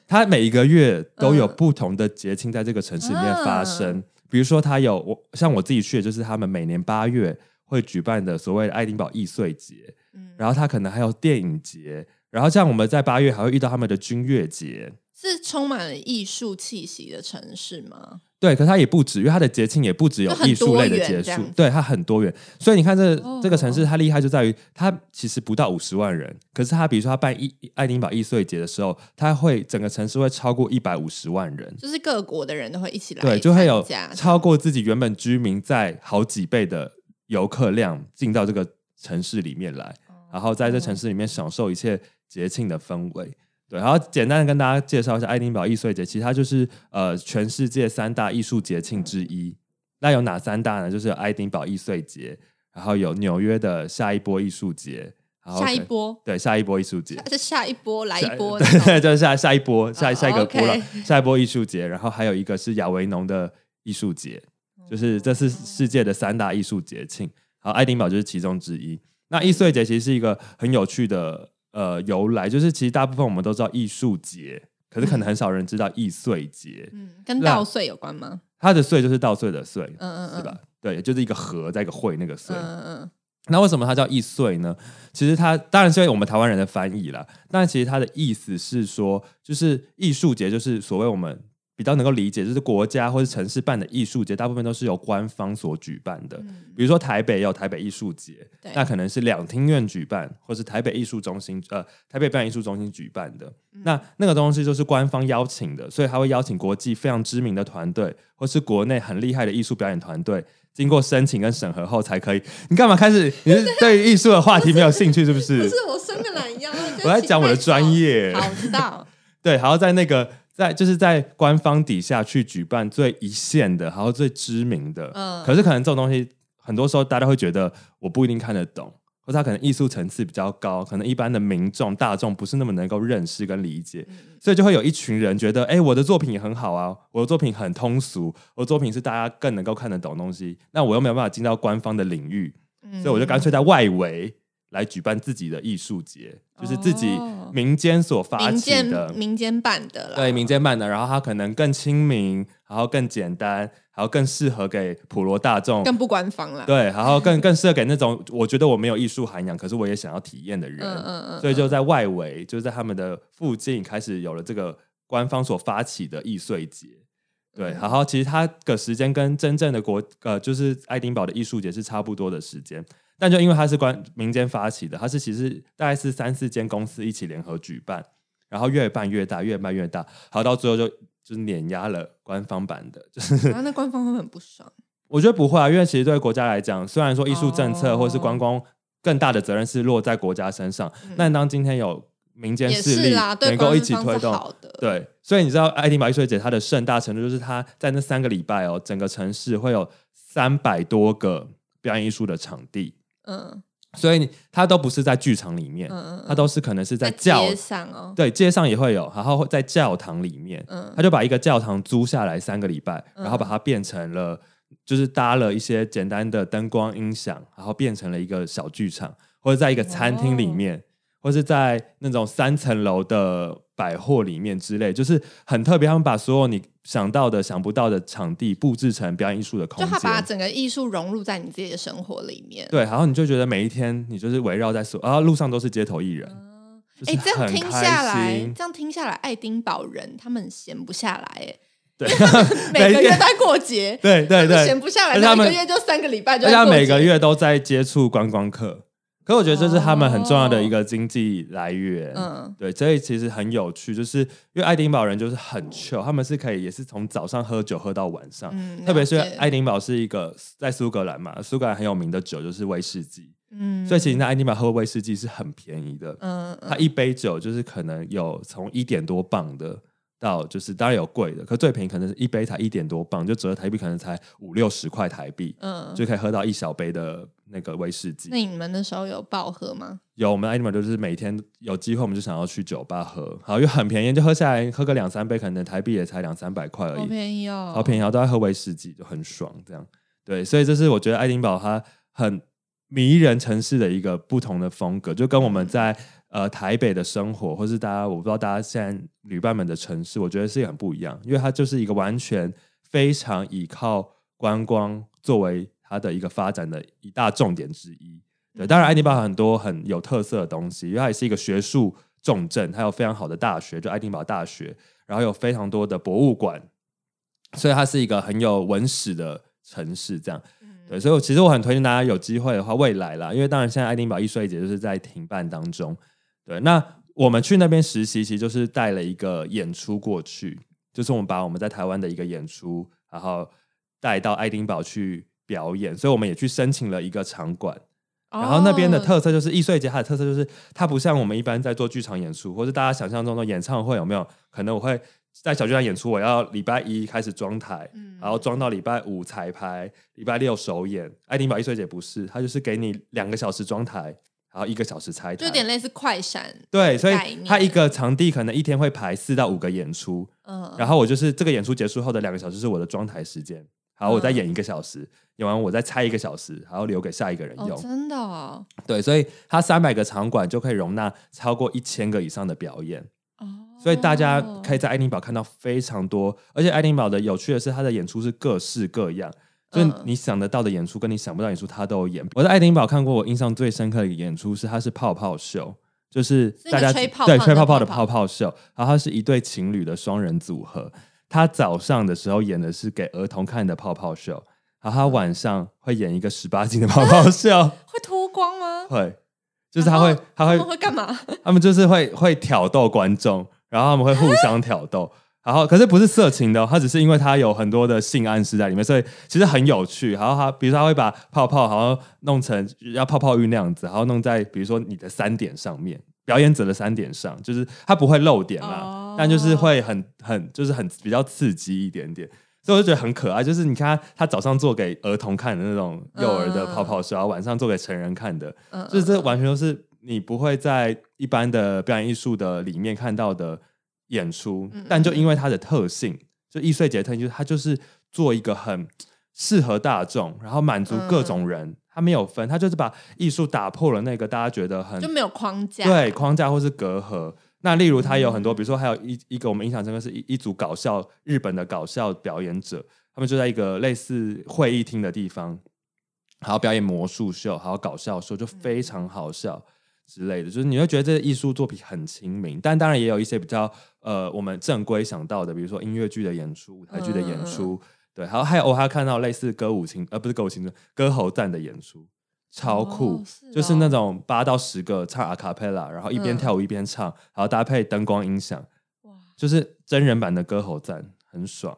Speaker 2: 它每一个月都有
Speaker 1: 嗯
Speaker 2: 不同的节庆在这个城市里面发生，
Speaker 1: 啊
Speaker 2: 比如说它有我像我自己去的就是他们每年八月会举办的所谓的爱丁堡易碎节，
Speaker 1: 嗯
Speaker 2: 然后它可能还有电影节，然后像我们在八月还会遇到他们的军乐节。
Speaker 1: 是充满了艺术气息的城市吗？
Speaker 2: 对，可它也不止，因为它的节庆也不只有
Speaker 1: 就很
Speaker 2: 艺术类
Speaker 1: 多
Speaker 2: 的
Speaker 1: 元
Speaker 2: 结
Speaker 1: 这
Speaker 2: 束
Speaker 1: 样子，
Speaker 2: 对，它很多元。所以你看这
Speaker 1: 哦
Speaker 2: 这个城市，它厉害就在于它其实不到五十万人，可是它比如说它办一爱丁堡易碎节的时候，它会整个城市会超过一百五十万人，
Speaker 1: 就是各国的人都会一起来参加，
Speaker 2: 对，就会有
Speaker 1: 这样
Speaker 2: 超过自己原本居民在好几倍的游客量进到这个城市里面来，
Speaker 1: 哦
Speaker 2: 然后在这城市里面享受一切节庆的氛围。对，然后简单的跟大家介绍一下爱丁堡易碎节，其实它就是呃全世界三大艺术节庆之一。那有哪三大呢？就是有爱丁堡易碎节，然后有纽约的下一波艺术节，然后
Speaker 1: 下一
Speaker 2: 可
Speaker 1: 波，
Speaker 2: 对下一波艺术节，
Speaker 1: 是下一波来
Speaker 2: 啊下
Speaker 1: 一
Speaker 2: (laughs)
Speaker 1: 波，
Speaker 2: 对对，就是下下一波，下
Speaker 1: 哦
Speaker 2: 下一个波了
Speaker 1: OK
Speaker 2: 下一波艺术节，然后还有一个是亚维农的艺术节，
Speaker 1: 哦
Speaker 2: 就是这是世界的三大艺术节庆，然后爱丁堡就是其中之一。那易碎节其实是一个很有趣的呃由来，就是其实大部分我们都知道艺术节，可是可能很少人知道易碎节，
Speaker 1: 嗯，跟稻穗有关吗？
Speaker 2: 它的碎就是稻穗的穗，
Speaker 1: 嗯嗯嗯
Speaker 2: 啊是吧？对，就是一个禾在一个会那个穗，
Speaker 1: 嗯嗯
Speaker 2: 那为什么它叫易碎呢？其实它当然是因为我们台湾人的翻译啦，但其实它的意思是说，就是艺术节，就是所谓我们比较能够理解，就是国家或是城市办的艺术节，大部分都是由官方所举办的。
Speaker 1: 嗯
Speaker 2: 比如说台北也有台北艺术节，
Speaker 1: 对
Speaker 2: 那可能是两厅院举办，或是台北艺术中心呃台北表演艺术中心举办的。
Speaker 1: 嗯
Speaker 2: 那那个东西就是官方邀请的，所以他会邀请国际非常知名的团队，或是国内很厉害的艺术表演团队，经过申请跟审核后才可以。你干嘛开始？你是对于艺术的话题没有兴趣是不
Speaker 1: (laughs) 嗯，不
Speaker 2: 是？
Speaker 1: 是我伸个懒
Speaker 2: (laughs)
Speaker 1: 腰，
Speaker 2: 我在讲我的专业
Speaker 1: 好，我知
Speaker 2: (laughs)
Speaker 1: 道，
Speaker 2: 对，还要在那个在就是在官方底下去举办最一线的，还有最知名的。
Speaker 1: 嗯
Speaker 2: 可是可能这种东西，很多时候大家会觉得我不一定看得懂，或者它可能艺术层次比较高，可能一般的民众大众不是那么能够认识跟理解，
Speaker 1: 嗯
Speaker 2: 所以就会有一群人觉得，哎、我的作品也很好啊，我的作品很通俗，我的作品是大家更能够看得懂的东西，那我又没有办法进到官方的领域，
Speaker 1: 嗯
Speaker 2: 所以我就干脆在外围来举办自己的艺术节，就是自己民间所发
Speaker 1: 哦民
Speaker 2: 起的，
Speaker 1: 间民间办的啦，
Speaker 2: 呃对民间办的，然后它可能更亲民，然后更简单，然后更适合给普罗大众，
Speaker 1: 更不官方啦。
Speaker 2: 对，然后更更适合给那种我觉得我没有艺术涵养，可是我也想要体验的人，
Speaker 1: 嗯嗯嗯，
Speaker 2: 所以就在外围，就是在他们的附近开始有了这个官方所发起的易碎节。
Speaker 1: 嗯
Speaker 2: 对，然后其实它的时间跟真正的国呃，就是爱丁堡的艺术节是差不多的时间，但就因为它是官民间发起的，它是其实大概是三四间公司一起联合举办，然后越办越大，越办越大，好到最后就就是碾压了官方版的，就是
Speaker 1: (laughs) 然后那官方会很不
Speaker 2: (laughs)
Speaker 1: 爽。
Speaker 2: 我觉得不会啊，因为其实对国家来讲，虽然说艺术政策或是观光更大的责任是落在国家身上，但当今天有民
Speaker 1: 嗯
Speaker 2: 间
Speaker 1: 也
Speaker 2: 势
Speaker 1: 是
Speaker 2: 力
Speaker 1: 啦，对
Speaker 2: 能够
Speaker 1: 官
Speaker 2: 一起
Speaker 1: 方
Speaker 2: 推
Speaker 1: 是
Speaker 2: 动，
Speaker 1: 好的，
Speaker 2: 对，所以你知道爱丁堡艺术节它的盛大程度，就是它在那三个礼拜哦，整个城市会有三百多个表演艺术的场地，
Speaker 1: 嗯
Speaker 2: 所以你它都不是在剧场里面，
Speaker 1: 嗯嗯，
Speaker 2: 它都是可能是在教
Speaker 1: 街上哦，
Speaker 2: 对，街上也会有，然后会在教堂里面，
Speaker 1: 嗯
Speaker 2: 他就把一个教堂租下来三个礼拜，
Speaker 1: 嗯
Speaker 2: 然后把它变成了，就是搭了一些简单的灯光音响，然后变成了一个小剧场，或者在一个餐厅
Speaker 1: 哦
Speaker 2: 里面，或是在那种三层楼的百货里面之类，就是很特别。他们把所有你想到的、想不到的场地布置成表演艺术的空
Speaker 1: 就他把
Speaker 2: 间。
Speaker 1: 整个艺术融入在你自己的生活里面。
Speaker 2: 对，然后你就觉得每一天你就是围绕在所，然后路上都是街头艺人，就是
Speaker 1: 哎，这样
Speaker 2: 很
Speaker 1: 听
Speaker 2: 开
Speaker 1: 下来
Speaker 2: 心，
Speaker 1: 这样听下来，爱丁堡人他们闲不下来，哎，
Speaker 2: 对， (laughs)
Speaker 1: 每个
Speaker 2: 每
Speaker 1: 月
Speaker 2: 天
Speaker 1: 都在过节，
Speaker 2: 对 (laughs)
Speaker 1: (laughs)
Speaker 2: 对
Speaker 1: 他们
Speaker 2: 对，
Speaker 1: 闲不下
Speaker 2: 而
Speaker 1: 来，
Speaker 2: 且
Speaker 1: 他
Speaker 2: 他
Speaker 1: 一
Speaker 2: 们
Speaker 1: 个月就三个礼拜就
Speaker 2: (laughs) 而且
Speaker 1: 在
Speaker 2: 他
Speaker 1: 过
Speaker 2: 每个
Speaker 1: 节。
Speaker 2: 月都在接触观光客，可我觉得这是他们很重要的一个经济来源。
Speaker 1: 嗯，
Speaker 2: 对，所以其实很有趣，就是因为爱丁堡人就是很 chill，他们是可以也是从早上喝酒喝到晚上，
Speaker 1: 嗯
Speaker 2: 特别是
Speaker 1: 了解
Speaker 2: 爱丁堡是一个在苏格兰嘛，苏格兰很有名的酒就是威士忌，
Speaker 1: 嗯，
Speaker 2: 所以其实在爱丁堡喝威士忌是很便宜的，
Speaker 1: 嗯
Speaker 2: 它一杯酒就是可能有从一点多磅的。到就是当然有贵的，可最便宜可能是一杯才一点多磅，就折合台币可能才五六十块台币。
Speaker 1: 嗯，
Speaker 2: 就可以喝到一小杯的那个威士忌
Speaker 1: 那。你们那时候有爆喝吗？
Speaker 2: 有我们 animal 就是每天有机会，我们就想要去酒吧喝，好，因为很便宜，就喝下来喝个两三杯，可能台币也才两三百块而
Speaker 1: 好
Speaker 2: 已，
Speaker 1: 便宜哦，
Speaker 2: 好便宜，然后都在喝威士忌，就很爽这样。对，所以这是我觉得爱丁堡它很迷人城市的一个不同的风格，就跟我们在呃台北的生活，或是大家我不知道大家现在旅伴们的城市，我觉得是很不一样，因为它就是一个完全非常依靠观光作为它的一个发展的一大重点之一。对，当然爱丁堡很多很有特色的东西，因为它也是一个学术重镇，它有非常好的大学，就爱丁堡大学，然后有非常多的博物馆，所以它是一个很有文史的城市。这样，
Speaker 1: 嗯
Speaker 2: 对，所以我其实我很推荐大家有机会的话，未来啦，因为当然现在爱丁堡艺术节就是在停办当中。对，那我们去那边实习，其实就是带了一个演出过去，就是我们把我们在台湾的一个演出，然后带到爱丁堡去表演，所以我们也去申请了一个场馆。
Speaker 1: 哦。
Speaker 2: 然后那边的特色就是易碎节，它的特色就是它不像我们一般在做剧场演出，或是大家想象中的演唱会有没有？可能我会在小剧场演出，我要礼拜一开始装台，
Speaker 1: 嗯
Speaker 2: 然后装到礼拜五彩排，礼拜六首演。哎爱丁堡易碎节不是，它就是给你两个小时装台，然后一个小时拆台，
Speaker 1: 就有点类似快闪，
Speaker 2: 对，所以
Speaker 1: 概念
Speaker 2: 它一个场地可能一天会排四到五个演出，
Speaker 1: 嗯，
Speaker 2: 然后我就是这个演出结束后的两个小时是我的装台时间，好，我再
Speaker 1: 嗯
Speaker 2: 演一个小时，演完我再拆一个小时，然后留给下一个人
Speaker 1: 哦，
Speaker 2: 用。
Speaker 1: 真的哦，
Speaker 2: 对，所以它三百个场馆就可以容纳超过一千个以上的表演，
Speaker 1: 哦
Speaker 2: 所以大家可以在爱丁堡看到非常多。而且爱丁堡的有趣的是，它的演出是各式各样，就是
Speaker 1: 嗯
Speaker 2: 你想得到的演出跟你想不到的演出，它都有演。我在爱丁堡看过我印象最深刻的一个演出是，它是泡泡秀。就是
Speaker 1: 那
Speaker 2: 大
Speaker 1: 个
Speaker 2: 家
Speaker 1: 吹泡
Speaker 2: 对
Speaker 1: 泡
Speaker 2: 吹
Speaker 1: 的
Speaker 2: 泡泡的
Speaker 1: 泡
Speaker 2: 泡泡秀，然后它是一对情侣的双人组合。他早上的时候演的是给儿童看的泡泡秀，然后他晚上会演一个十八禁的泡泡秀。
Speaker 1: 会脱光 (laughs) 吗？
Speaker 2: 会，就是他会
Speaker 1: 然后，
Speaker 2: 他
Speaker 1: 他
Speaker 2: 会
Speaker 1: 们，会
Speaker 2: (laughs)
Speaker 1: 干嘛？嗯
Speaker 2: 他们就是会会挑逗观众，然后他们会互
Speaker 1: 啊
Speaker 2: 相挑逗，然后可是不是色情的、哦，他只是因为他有很多的性暗示在里面，所以其实很有趣。然后他，比如说他会把泡泡，然后弄成要泡泡浴那样子，然后弄在比如说你的三点上面，表演者的三点上，就是他不会露点啦，
Speaker 1: 哦
Speaker 2: 但就是会很很就是很比较刺激一点点。所以我就觉得很可爱，就是你看他他早上做给儿童看的那种幼儿的泡泡秀，然后晚上做给成人看的，
Speaker 1: 嗯，
Speaker 2: 就是这完全都是你不会在一般的表演艺术的里面看到的演出，
Speaker 1: 嗯
Speaker 2: 但就因为它的特性，就易
Speaker 1: 嗯
Speaker 2: 碎节的特性，就是它就是做一个很适合大众，然后满足各种人，他没有分，他就是把艺术打破了那个大家觉得很
Speaker 1: 就没有框架。嗯
Speaker 2: 对，框架或是隔阂。那例如他有很多，比如说还有一一个我们印象深刻是一一组搞笑日本的搞笑表演者，他们就在一个类似会议厅的地方，还要表演魔术秀，还有搞笑秀，就
Speaker 1: 嗯
Speaker 2: 非常好笑之类的。就是你会觉得这艺术作品很亲民，但当然也有一些比较呃我们正规想到的，比如说音乐剧的演出、舞台剧的
Speaker 1: 嗯
Speaker 2: 演出，对，还有还有我还看到类似歌舞青呃不是歌舞青春歌喉战的演出，超酷。
Speaker 1: 哦是
Speaker 2: 就是
Speaker 1: 哦
Speaker 2: 那种八到十个唱阿卡贝拉，然后一边
Speaker 1: 嗯
Speaker 2: 跳舞一边唱，然后搭配灯光音响，
Speaker 1: 哇
Speaker 2: 就是真人版的歌喉战，很爽。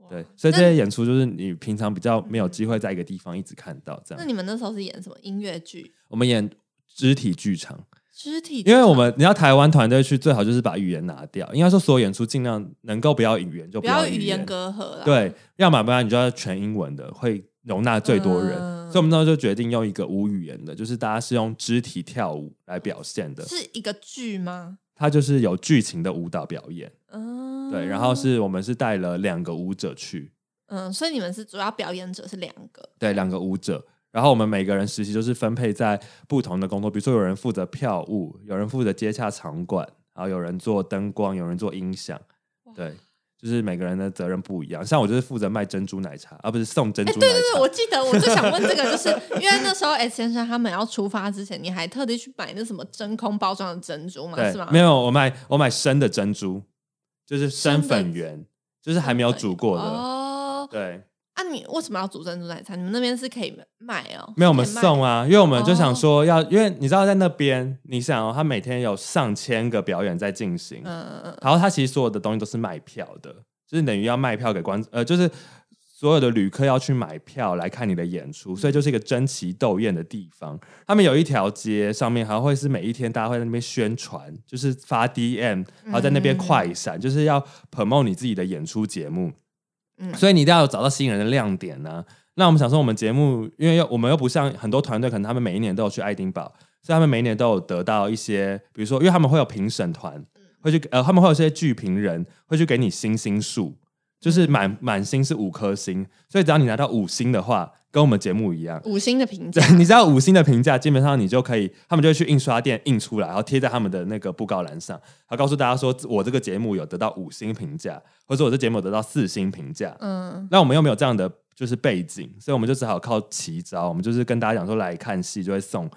Speaker 1: 哇
Speaker 2: 对，所以这
Speaker 1: 那
Speaker 2: 些演出就是你平常比较没有机会在一个地方一直看到这
Speaker 1: 那
Speaker 2: 样。
Speaker 1: 你们那时候是演什么音乐剧？
Speaker 2: 我们演肢体剧场，
Speaker 1: 肢体剧
Speaker 2: 因为我
Speaker 1: 场
Speaker 2: 们你要台湾团队去，最好就是把语言拿掉。应该说所有演出尽量能够不要语言就
Speaker 1: 不
Speaker 2: 要
Speaker 1: 要语
Speaker 2: 言
Speaker 1: 言隔阂啦。
Speaker 2: 对，要么不然你就要全英文的，会容纳最多人。
Speaker 1: 嗯
Speaker 2: 所以我们那时候就决定用一个无语言的，就是大家是用肢体跳舞来表现的。
Speaker 1: 是一个剧吗？
Speaker 2: 它就是有剧情的舞蹈表演，
Speaker 1: 嗯，
Speaker 2: 对。然后是我们是带了两个舞者去，
Speaker 1: 嗯，所以你们是主要表演者是两个，
Speaker 2: 对，两个舞者。然后我们每个人实习就是分配在不同的工作，比如说有人负责票务，有人负责接洽场馆，然后有人做灯光，有人做音响，
Speaker 1: 哦
Speaker 2: 对。就是每个人的责任不一样，像我就是负责卖珍珠奶茶，而、啊不是送珍珠奶茶。
Speaker 1: 哎对对，我记得，我就想问这个，
Speaker 2: (laughs)
Speaker 1: 就是因为那时候 S 先生他们要出发之前，你还特地去买那什么真空包装的珍珠嘛，
Speaker 2: 对
Speaker 1: 是吗？
Speaker 2: 没有，我买我买生的珍珠，就是生
Speaker 1: 生的
Speaker 2: 粉圆，就是还没有煮过的。
Speaker 1: 哦。
Speaker 2: 对，
Speaker 1: 啊，你为什么要煮珍珠奶茶？你们那边是可以卖哦，
Speaker 2: 没有我们
Speaker 1: 是可以卖哦
Speaker 2: 送啊，因为我们就想说要，因为你知道在那边，你想、哦、他每天有上千个表演在进行，
Speaker 1: 的，嗯嗯
Speaker 2: 然后他其实所有的东西都是卖票的，就是等于要卖票给观，呃，就是所有的旅客要去买票来看你的演出，所以就是一个争奇斗艳的地方。他们有一条街上面还会是每一天大家会在那边宣传，就是发 DM，然后在那边快闪，就是要 promote 你自己的演出节目。
Speaker 1: 嗯
Speaker 2: 所以你一定要有找到吸引人的亮点呢、那我们想说，我们节目因为又我们又不像很多团队，可能他们每一年都有去爱丁堡，所以他们每一年都有得到一些，比如说，因为他们会有评审团，
Speaker 1: 嗯
Speaker 2: 会去呃，他们会有一些剧评人会去给你星星数，
Speaker 1: 嗯
Speaker 2: 就是满满星是五颗星，所以只要你拿到五星的话，跟我们节目一样， (laughs)
Speaker 1: 嗯，五星的评价
Speaker 2: 对，你只要五星的评价，基本上你就可以，他们就会去印刷店印出来，然后贴在他们的那个布告栏上，然后告诉大家说，我这个节目有得到五星评价，或者我这节目有得到四星评价，
Speaker 1: 嗯，
Speaker 2: 那我们又没有这样的就是背景，所以我们就只好靠奇招，我们就是跟大家讲说来看戏就会送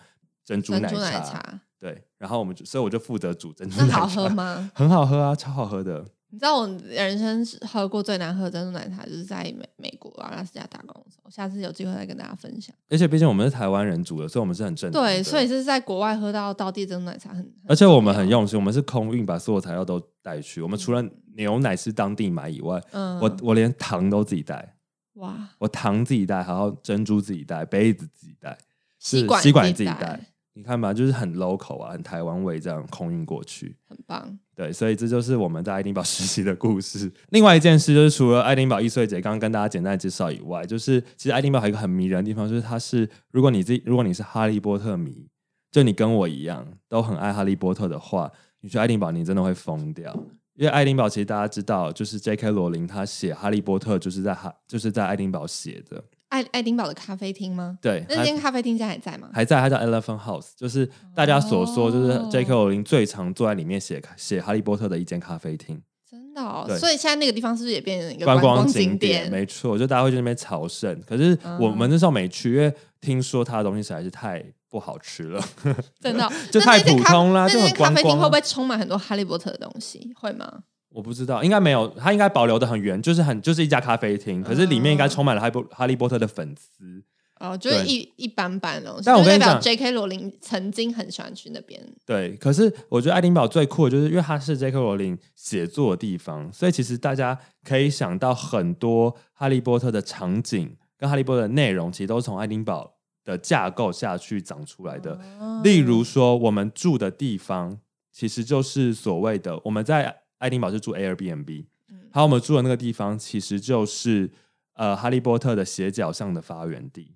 Speaker 2: 珍珠
Speaker 1: 珍
Speaker 2: 奶
Speaker 1: 珠
Speaker 2: 茶，
Speaker 1: 奶茶，
Speaker 2: 对，然后我们就所以我就负责煮珍珠 (laughs)
Speaker 1: 那
Speaker 2: 奶茶，
Speaker 1: 好喝吗？
Speaker 2: 很好喝啊，超好喝的。
Speaker 1: 你知道我人生是喝过最难喝的珍珠奶茶，就是在美美国阿拉斯加打工的时候。下次有机会再跟大家分享。
Speaker 2: 而且毕竟我们是台湾人煮的，所以我们是很正宗的
Speaker 1: 对，所以是在国外喝到到地珍珠奶茶很，很
Speaker 2: 而且我们很用心，我们是空运把所有材料都带去。我们除了牛奶是当地买以外，
Speaker 1: 嗯，
Speaker 2: 我我连糖都自己带，
Speaker 1: 哇，
Speaker 2: 我糖自己带，还有珍珠自己带，杯子自己带，
Speaker 1: 吸
Speaker 2: 是
Speaker 1: 管
Speaker 2: 吸管
Speaker 1: 自
Speaker 2: 自
Speaker 1: 己
Speaker 2: 己
Speaker 1: 带
Speaker 2: 带。你看吧，就是很 local 啊，很台湾味这样空运过去。
Speaker 1: 很棒。
Speaker 2: 对，所以这就是我们在爱丁堡实习的故事。另外一件事就是，除了爱丁堡易碎节刚刚跟大家简单介绍以外，就是其实爱丁堡还有一个很迷人的地方，就是它是如果你自己如果你是哈利波特迷，就你跟我一样都很爱哈利波特的话，你去爱丁堡你真的会疯掉。因为爱丁堡其实大家知道，就是 J.K. 罗琳她写《哈利波特》就是在哈就是在爱丁堡写的，
Speaker 1: 爱爱丁堡的咖啡厅吗？
Speaker 2: 对，
Speaker 1: 那
Speaker 2: 她
Speaker 1: 间咖啡厅现在还在吗？
Speaker 2: 还在，它叫 Elephant House，就是大家所说，就是
Speaker 1: 哦
Speaker 2: J.K. 罗琳最常坐在里面写写《哈利波特》的一间咖啡厅。
Speaker 1: 真的哦
Speaker 2: 对，
Speaker 1: 所以现在那个地方是不是也变成一个
Speaker 2: 观
Speaker 1: 光
Speaker 2: 光景
Speaker 1: 点？
Speaker 2: 没错，就大家会去那边朝圣。可是
Speaker 1: 嗯
Speaker 2: 我们那时候没去，因为听说它的东西实在是太不好吃了。，
Speaker 1: 真的哦
Speaker 2: (laughs) 就
Speaker 1: 那
Speaker 2: 太
Speaker 1: 那间
Speaker 2: 普
Speaker 1: 咖
Speaker 2: 通啦
Speaker 1: 那
Speaker 2: 就很
Speaker 1: 间咖啡
Speaker 2: 观光
Speaker 1: 厅
Speaker 2: 啊
Speaker 1: 会不会充满很多哈利波特的东西？会吗？
Speaker 2: 我不知道，应该没有，它应该保留的很原，就是很就是一家咖啡厅，可是里面应该充满了
Speaker 1: 嗯
Speaker 2: 哈利波哈利波特的粉丝。
Speaker 1: 哦，就是
Speaker 2: 对
Speaker 1: 一一般般的东西。
Speaker 2: 但我
Speaker 1: 就
Speaker 2: 跟
Speaker 1: 代
Speaker 2: 你
Speaker 1: 表
Speaker 2: 讲
Speaker 1: J.K. 罗琳曾经很喜欢去那边。
Speaker 2: 对，可是我觉得爱丁堡最酷的就是，因为它是 J.K. 罗琳写作的地方，所以其实大家可以想到很多哈利波特的场景跟哈利波特的内容，其实都是从爱丁堡的架构下去长出来的。
Speaker 1: 哦
Speaker 2: 例如说，我们住的地方其实就是所谓的我们在爱丁堡是住 Airbnb，还有
Speaker 1: 嗯
Speaker 2: 我们住的那个地方其实就是呃《哈利波特》的斜角巷的发源地，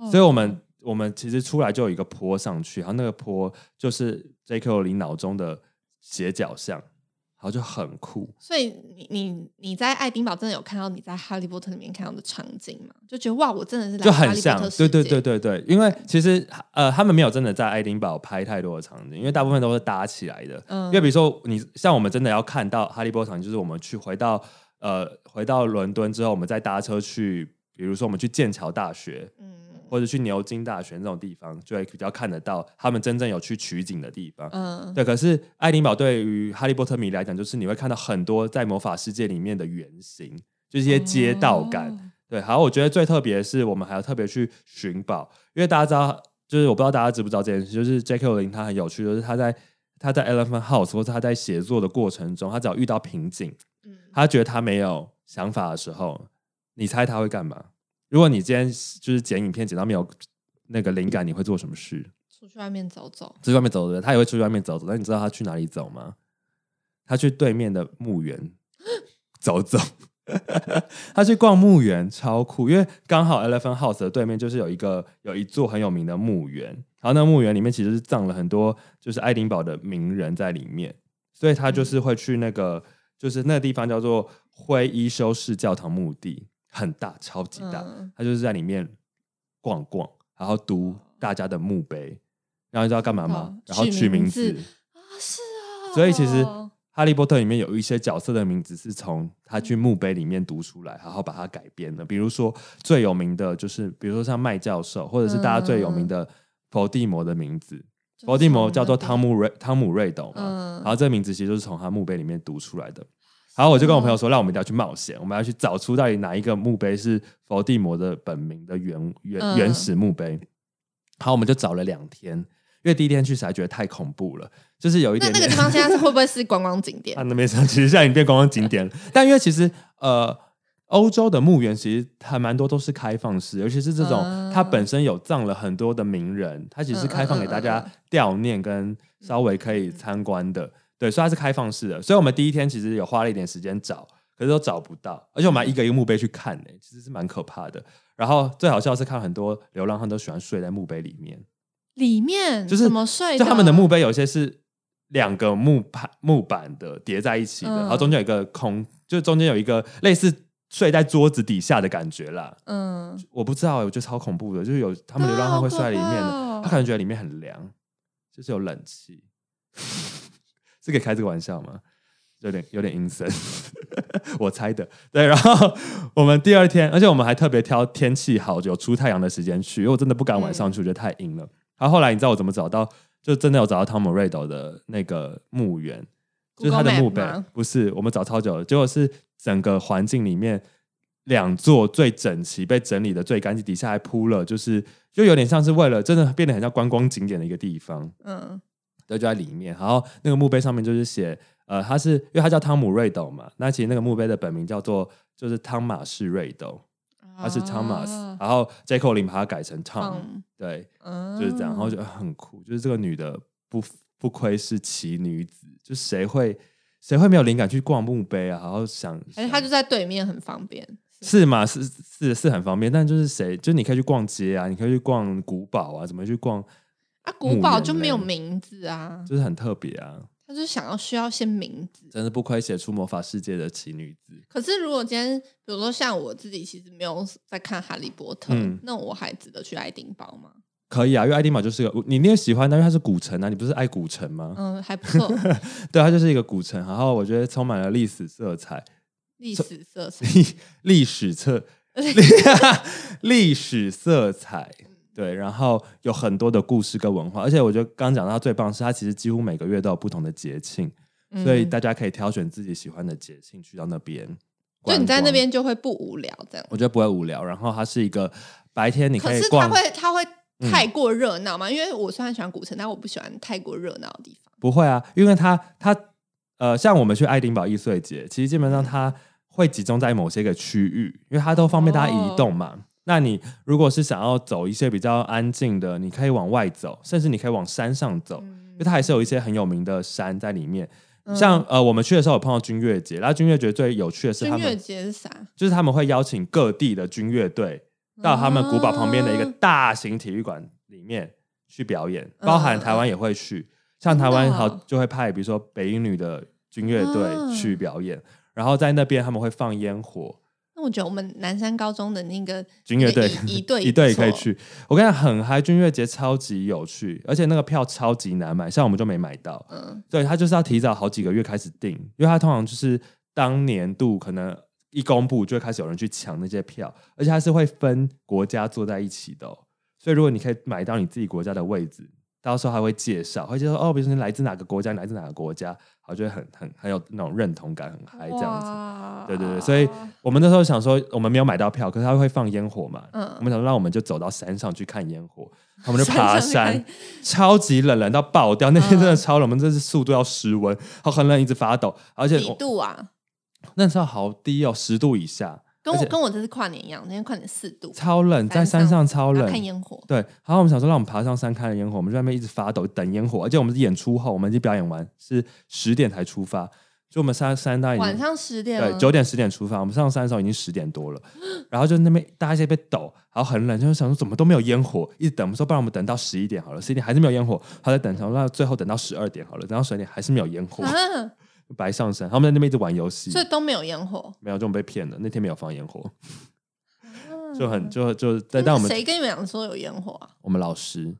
Speaker 1: 哦
Speaker 2: 所以我们我们其实出来就有一个坡上去，然后那个坡就是 J.K. 罗琳脑中的斜角巷，然后就很酷。
Speaker 1: 所以你你你在爱丁堡真的有看到你在《哈利波特》里面看到的场景吗？就觉得哇，我真的是来
Speaker 2: 就
Speaker 1: 到哈
Speaker 2: 很
Speaker 1: 利波
Speaker 2: 像
Speaker 1: 特，
Speaker 2: 对
Speaker 1: 世
Speaker 2: 对
Speaker 1: 界嗯
Speaker 2: 对对对，因为其实呃，他们没有真的在爱丁堡拍太多的场景，因为大部分都是搭起来的。
Speaker 1: 嗯
Speaker 2: 因为比如说你像我们真的要看到哈利波特场景，就是我们去回到呃回到伦敦之后，我们再搭车去，比如说我们去剑桥大学
Speaker 1: 嗯
Speaker 2: 或者去牛津大学这种地方，就会比较看得到他们真正有去取景的地方。
Speaker 1: 嗯，
Speaker 2: 对，可是爱丁堡对于哈利波特迷来讲，就是你会看到很多在魔法世界里面的原型，就是一些街道感。
Speaker 1: 哦
Speaker 2: 对，好，我觉得最特别的是，我们还要特别去寻宝，因为大家知道，就是我不知道大家知不知道这件事，就是 J.K. 林他很有趣，就是他在他在 Elephant House 或者他在写作的过程中，他只要遇到瓶颈，
Speaker 1: 嗯
Speaker 2: 他觉得他没有想法的时候，你猜他会干嘛？如果你今天就是剪影片剪到没有那个灵感，你会做什么事？
Speaker 1: 出去外面走走，
Speaker 2: 出去外面走走，他也会出去外面走走，但你知道他去哪里走吗？他去对面的墓园走走， (laughs) 他去逛墓园，超酷，因为刚好 Elephant House 的对面就是有一个有一座很有名的墓园，然后那墓园里面其实是葬了很多就是爱丁堡的名人在里面，所以他就是会去那个就是那个地方叫做灰衣修士教堂墓地，很大，超级大，
Speaker 1: 嗯
Speaker 2: 他就是在里面逛逛，然后读大家的墓碑，然后你知道干嘛吗？
Speaker 1: 哦
Speaker 2: 然后
Speaker 1: 取
Speaker 2: 取
Speaker 1: 名
Speaker 2: 名
Speaker 1: 字
Speaker 2: 字。
Speaker 1: 啊，是啊，
Speaker 2: 所以其实《哈利波特》里面有一些角色的名字是从他去墓碑里面读出来，然后把它改编的。比如说最有名的就是，比如说像麦教授，或者是大家最有名
Speaker 1: 嗯
Speaker 2: 的伏地魔的名字。伏地魔叫做汤
Speaker 1: 姆，
Speaker 2: 姆瑞汤姆瑞斗嘛，
Speaker 1: 嗯
Speaker 2: 然后这个名字其实就是从他墓碑里面读出来的。然后我就跟我朋友说，让我们一定要去冒险，我们要去找出到底哪一个墓碑是伏地魔的本名的原原
Speaker 1: 嗯
Speaker 2: 原始墓碑。然后我们就找了两天，因为第一天去实在觉得太恐怖了，就是有一
Speaker 1: 那
Speaker 2: 点
Speaker 1: 那个
Speaker 2: 点
Speaker 1: 地方现在是会不会是观光景点
Speaker 2: (laughs) 啊，？那边上其实现在已经变观光景点了。但因为其实呃，欧洲的墓园其实还蛮多都是开放式，尤其是这种、
Speaker 1: 啊
Speaker 2: 它本身有葬了很多的名人，它其实是开放给大
Speaker 1: 嗯嗯
Speaker 2: 家
Speaker 1: 嗯
Speaker 2: 悼念跟稍微可以参观的。对，所以它是开放式的。所以我们第一天其实有花了一点时间找，可是都找不到，而且我们还一个一个墓碑去看呢、其实是蛮可怕的。然后最好笑的是看很多流浪汉都喜欢睡在墓碑里面，
Speaker 1: 里面
Speaker 2: 就是
Speaker 1: 怎么睡？
Speaker 2: 就他们的墓，碑有些是两个木盘木板的叠在一起的，
Speaker 1: 嗯
Speaker 2: 然后中间有一个空，就中间有一个类似睡在桌子底下的感觉啦。
Speaker 1: 嗯，
Speaker 2: 我不知道欸，我觉得超恐怖的，就是有他们
Speaker 1: 对啊
Speaker 2: 流浪汉会睡在里面
Speaker 1: 好可怕哦
Speaker 2: 的，他可能觉得里面很凉，就是有冷气。 (laughs) 是可以开这个玩笑吗？有点有点阴森， (laughs) 我猜的。对，然后 (laughs) 我们第二天，而且我们还特别挑天气好、有出太阳的时间去，因为我真的不敢晚
Speaker 1: 嗯
Speaker 2: 上去，我觉得太阴了。然后后来你知道我怎么找到？就真的有找到汤姆瑞斗的那个墓园，就是他的
Speaker 1: Google
Speaker 2: 墓
Speaker 1: Map
Speaker 2: 碑
Speaker 1: 吗，
Speaker 2: 不是我们找超久了，结果是整个环境里面两座最整齐、被整理的最干净，底下还铺了，就是就有点像是为了真的变得很像观光景点的一个地方。
Speaker 1: 嗯
Speaker 2: 对，就在里面。然后那个墓碑上面就是写，呃，他是因为他叫汤姆瑞斗嘛，那其实那个墓碑的本名叫做就是汤马士瑞斗，他是 Thomas，、
Speaker 1: 啊
Speaker 2: 然后 j a c o l i n 把它改成 Tom，、
Speaker 1: Tom
Speaker 2: 对，
Speaker 1: 嗯，
Speaker 2: 就是这样。然后就很酷，就是这个女的不不愧是奇女子，就谁会谁会没有灵感去逛墓碑啊？然后想，
Speaker 1: 还是
Speaker 2: 想
Speaker 1: 他就在对面，很方便。
Speaker 2: 是嘛？是是是很方便，但就是谁，就你可以去逛街啊，你可以去逛古堡啊，怎么去逛，
Speaker 1: 啊，古堡
Speaker 2: 墓园
Speaker 1: 就没有
Speaker 2: 类
Speaker 1: 名字啊，
Speaker 2: 就是很特别啊。
Speaker 1: 他就是想要需要些名字。
Speaker 2: 真是不愧写出魔法世界的奇女子。
Speaker 1: 可是如果今天，比如说像我自己，其实没有在看《哈利波特》
Speaker 2: 嗯
Speaker 1: 那我还值得去爱丁堡吗？
Speaker 2: 可以啊，因为爱丁堡就是个你你也喜欢，但因为它是古城啊，你不是爱古城吗？
Speaker 1: 嗯，还不错，
Speaker 2: 对，它就是一个古城，然后我觉得充满了历史色彩，
Speaker 1: 历史色
Speaker 2: (laughs)
Speaker 1: 彩。
Speaker 2: 历历史色历 (laughs) 历史色彩，对，然后有很多的故事跟文化，而且我觉得刚刚讲到最棒的是，它其实几乎每个月都有不同的节庆，
Speaker 1: 嗯
Speaker 2: 所以大家可以挑选自己喜欢的节庆去到那边。
Speaker 1: 就你在
Speaker 2: 观光
Speaker 1: 那，边就会不无聊这样。
Speaker 2: 我觉得不会无聊。然后它是一个白天你
Speaker 1: 可是
Speaker 2: 以
Speaker 1: 它
Speaker 2: 逛，嗯
Speaker 1: 会它会太过热闹吗？因为我虽然喜欢古城，但我不喜欢太过热闹的地方。
Speaker 2: 不会啊，因为它它呃，像我们去爱丁堡易碎节，其实基本上它会集中在某些个区域，因为它都方便大家移动嘛。那你如果是想要走一些比较安静的，你可以往外走，甚至你可以往山上走，哦
Speaker 1: 嗯
Speaker 2: 因为它还是有一些很有名的山在里面。像呃，我们去的时候有碰到军乐节，那军乐节最有趣的是
Speaker 1: 军
Speaker 2: 他
Speaker 1: 乐
Speaker 2: 们
Speaker 1: 节是啥？
Speaker 2: 就是他们会邀请各地的军乐队
Speaker 1: 哦
Speaker 2: 到他们古堡旁边的一个
Speaker 1: 啊
Speaker 2: 大型体育馆里面去表演，包含台湾也会去，像台
Speaker 1: 嗯
Speaker 2: 湾
Speaker 1: 真的哦
Speaker 2: 好就会派，比如说北英女的军乐队
Speaker 1: 啊
Speaker 2: 去表演，然后在那边他们会放烟火，
Speaker 1: 那我觉得我们南山高中的那个
Speaker 2: 军乐队
Speaker 1: 一一队
Speaker 2: (laughs) 一队也可以
Speaker 1: 不错，
Speaker 2: 去。我跟你讲，很嗨，军乐节超级有趣，而且那个票超级难买，像我们就没买到。
Speaker 1: 嗯，
Speaker 2: 对，他就是要提早好几个月开始订，因为他通常就是当年度可能一公布就会开始有人去抢那些票，而且他是会分国家坐在一起的哦、所以如果你可以买到你自己国家的位置，到时候还会介绍，会介绍哦，比如说你来自哪个国家，你来自哪个国家，好，就会很很很有那种认同感，很嗨这样子。
Speaker 1: 子
Speaker 2: 对对对，所以我们那时候想说，我们没有买到票，可是他会放烟火嘛，
Speaker 1: 嗯
Speaker 2: 我们想说，那我们就走到山上去看烟火，我们就爬
Speaker 1: 山上
Speaker 2: 山
Speaker 1: 去，
Speaker 2: 超级冷，冷到爆掉，那天
Speaker 1: 嗯
Speaker 2: 真的超冷，我们真是速度要失温，好很冷，一直发抖，而且
Speaker 1: 几
Speaker 2: 我
Speaker 1: 度啊？
Speaker 2: 那时候好低哦，十度以下，
Speaker 1: 跟
Speaker 2: 而
Speaker 1: 我
Speaker 2: 且
Speaker 1: 跟我这次跨年一样，那天跨年四度，
Speaker 2: 超冷，在山
Speaker 1: 山
Speaker 2: 上超
Speaker 1: 然后
Speaker 2: 冷，
Speaker 1: 看烟火，
Speaker 2: 对，然后我们想说，让我们爬上山看烟火，我们就在那边一直发抖等烟火，而且我们是演出后，我们已经表演完是十点才出发，就我们山山大概已经
Speaker 1: 晚上十点
Speaker 2: 对，
Speaker 1: 吗
Speaker 2: 九点十点出发，我们上山的时候已经十点多了，然后就那边大家在那边抖，然后很冷，就是想说怎么都没有烟火，一直等，我们说不然我们等到十一点好了，十一点还是没有烟火，还在等，想说那最后等到十二点好了，等到十二点嗯还是没有烟火，
Speaker 1: 啊，
Speaker 2: 白上山，他们在那边一直玩游戏
Speaker 1: 所，以都没有烟火。
Speaker 2: 没有就我们被骗了，那天没有放烟火，啊
Speaker 1: 嗯
Speaker 2: 就很就就
Speaker 1: 真
Speaker 2: 但但
Speaker 1: 的
Speaker 2: 我们
Speaker 1: 谁跟你们讲说有烟火啊？
Speaker 2: 我们老师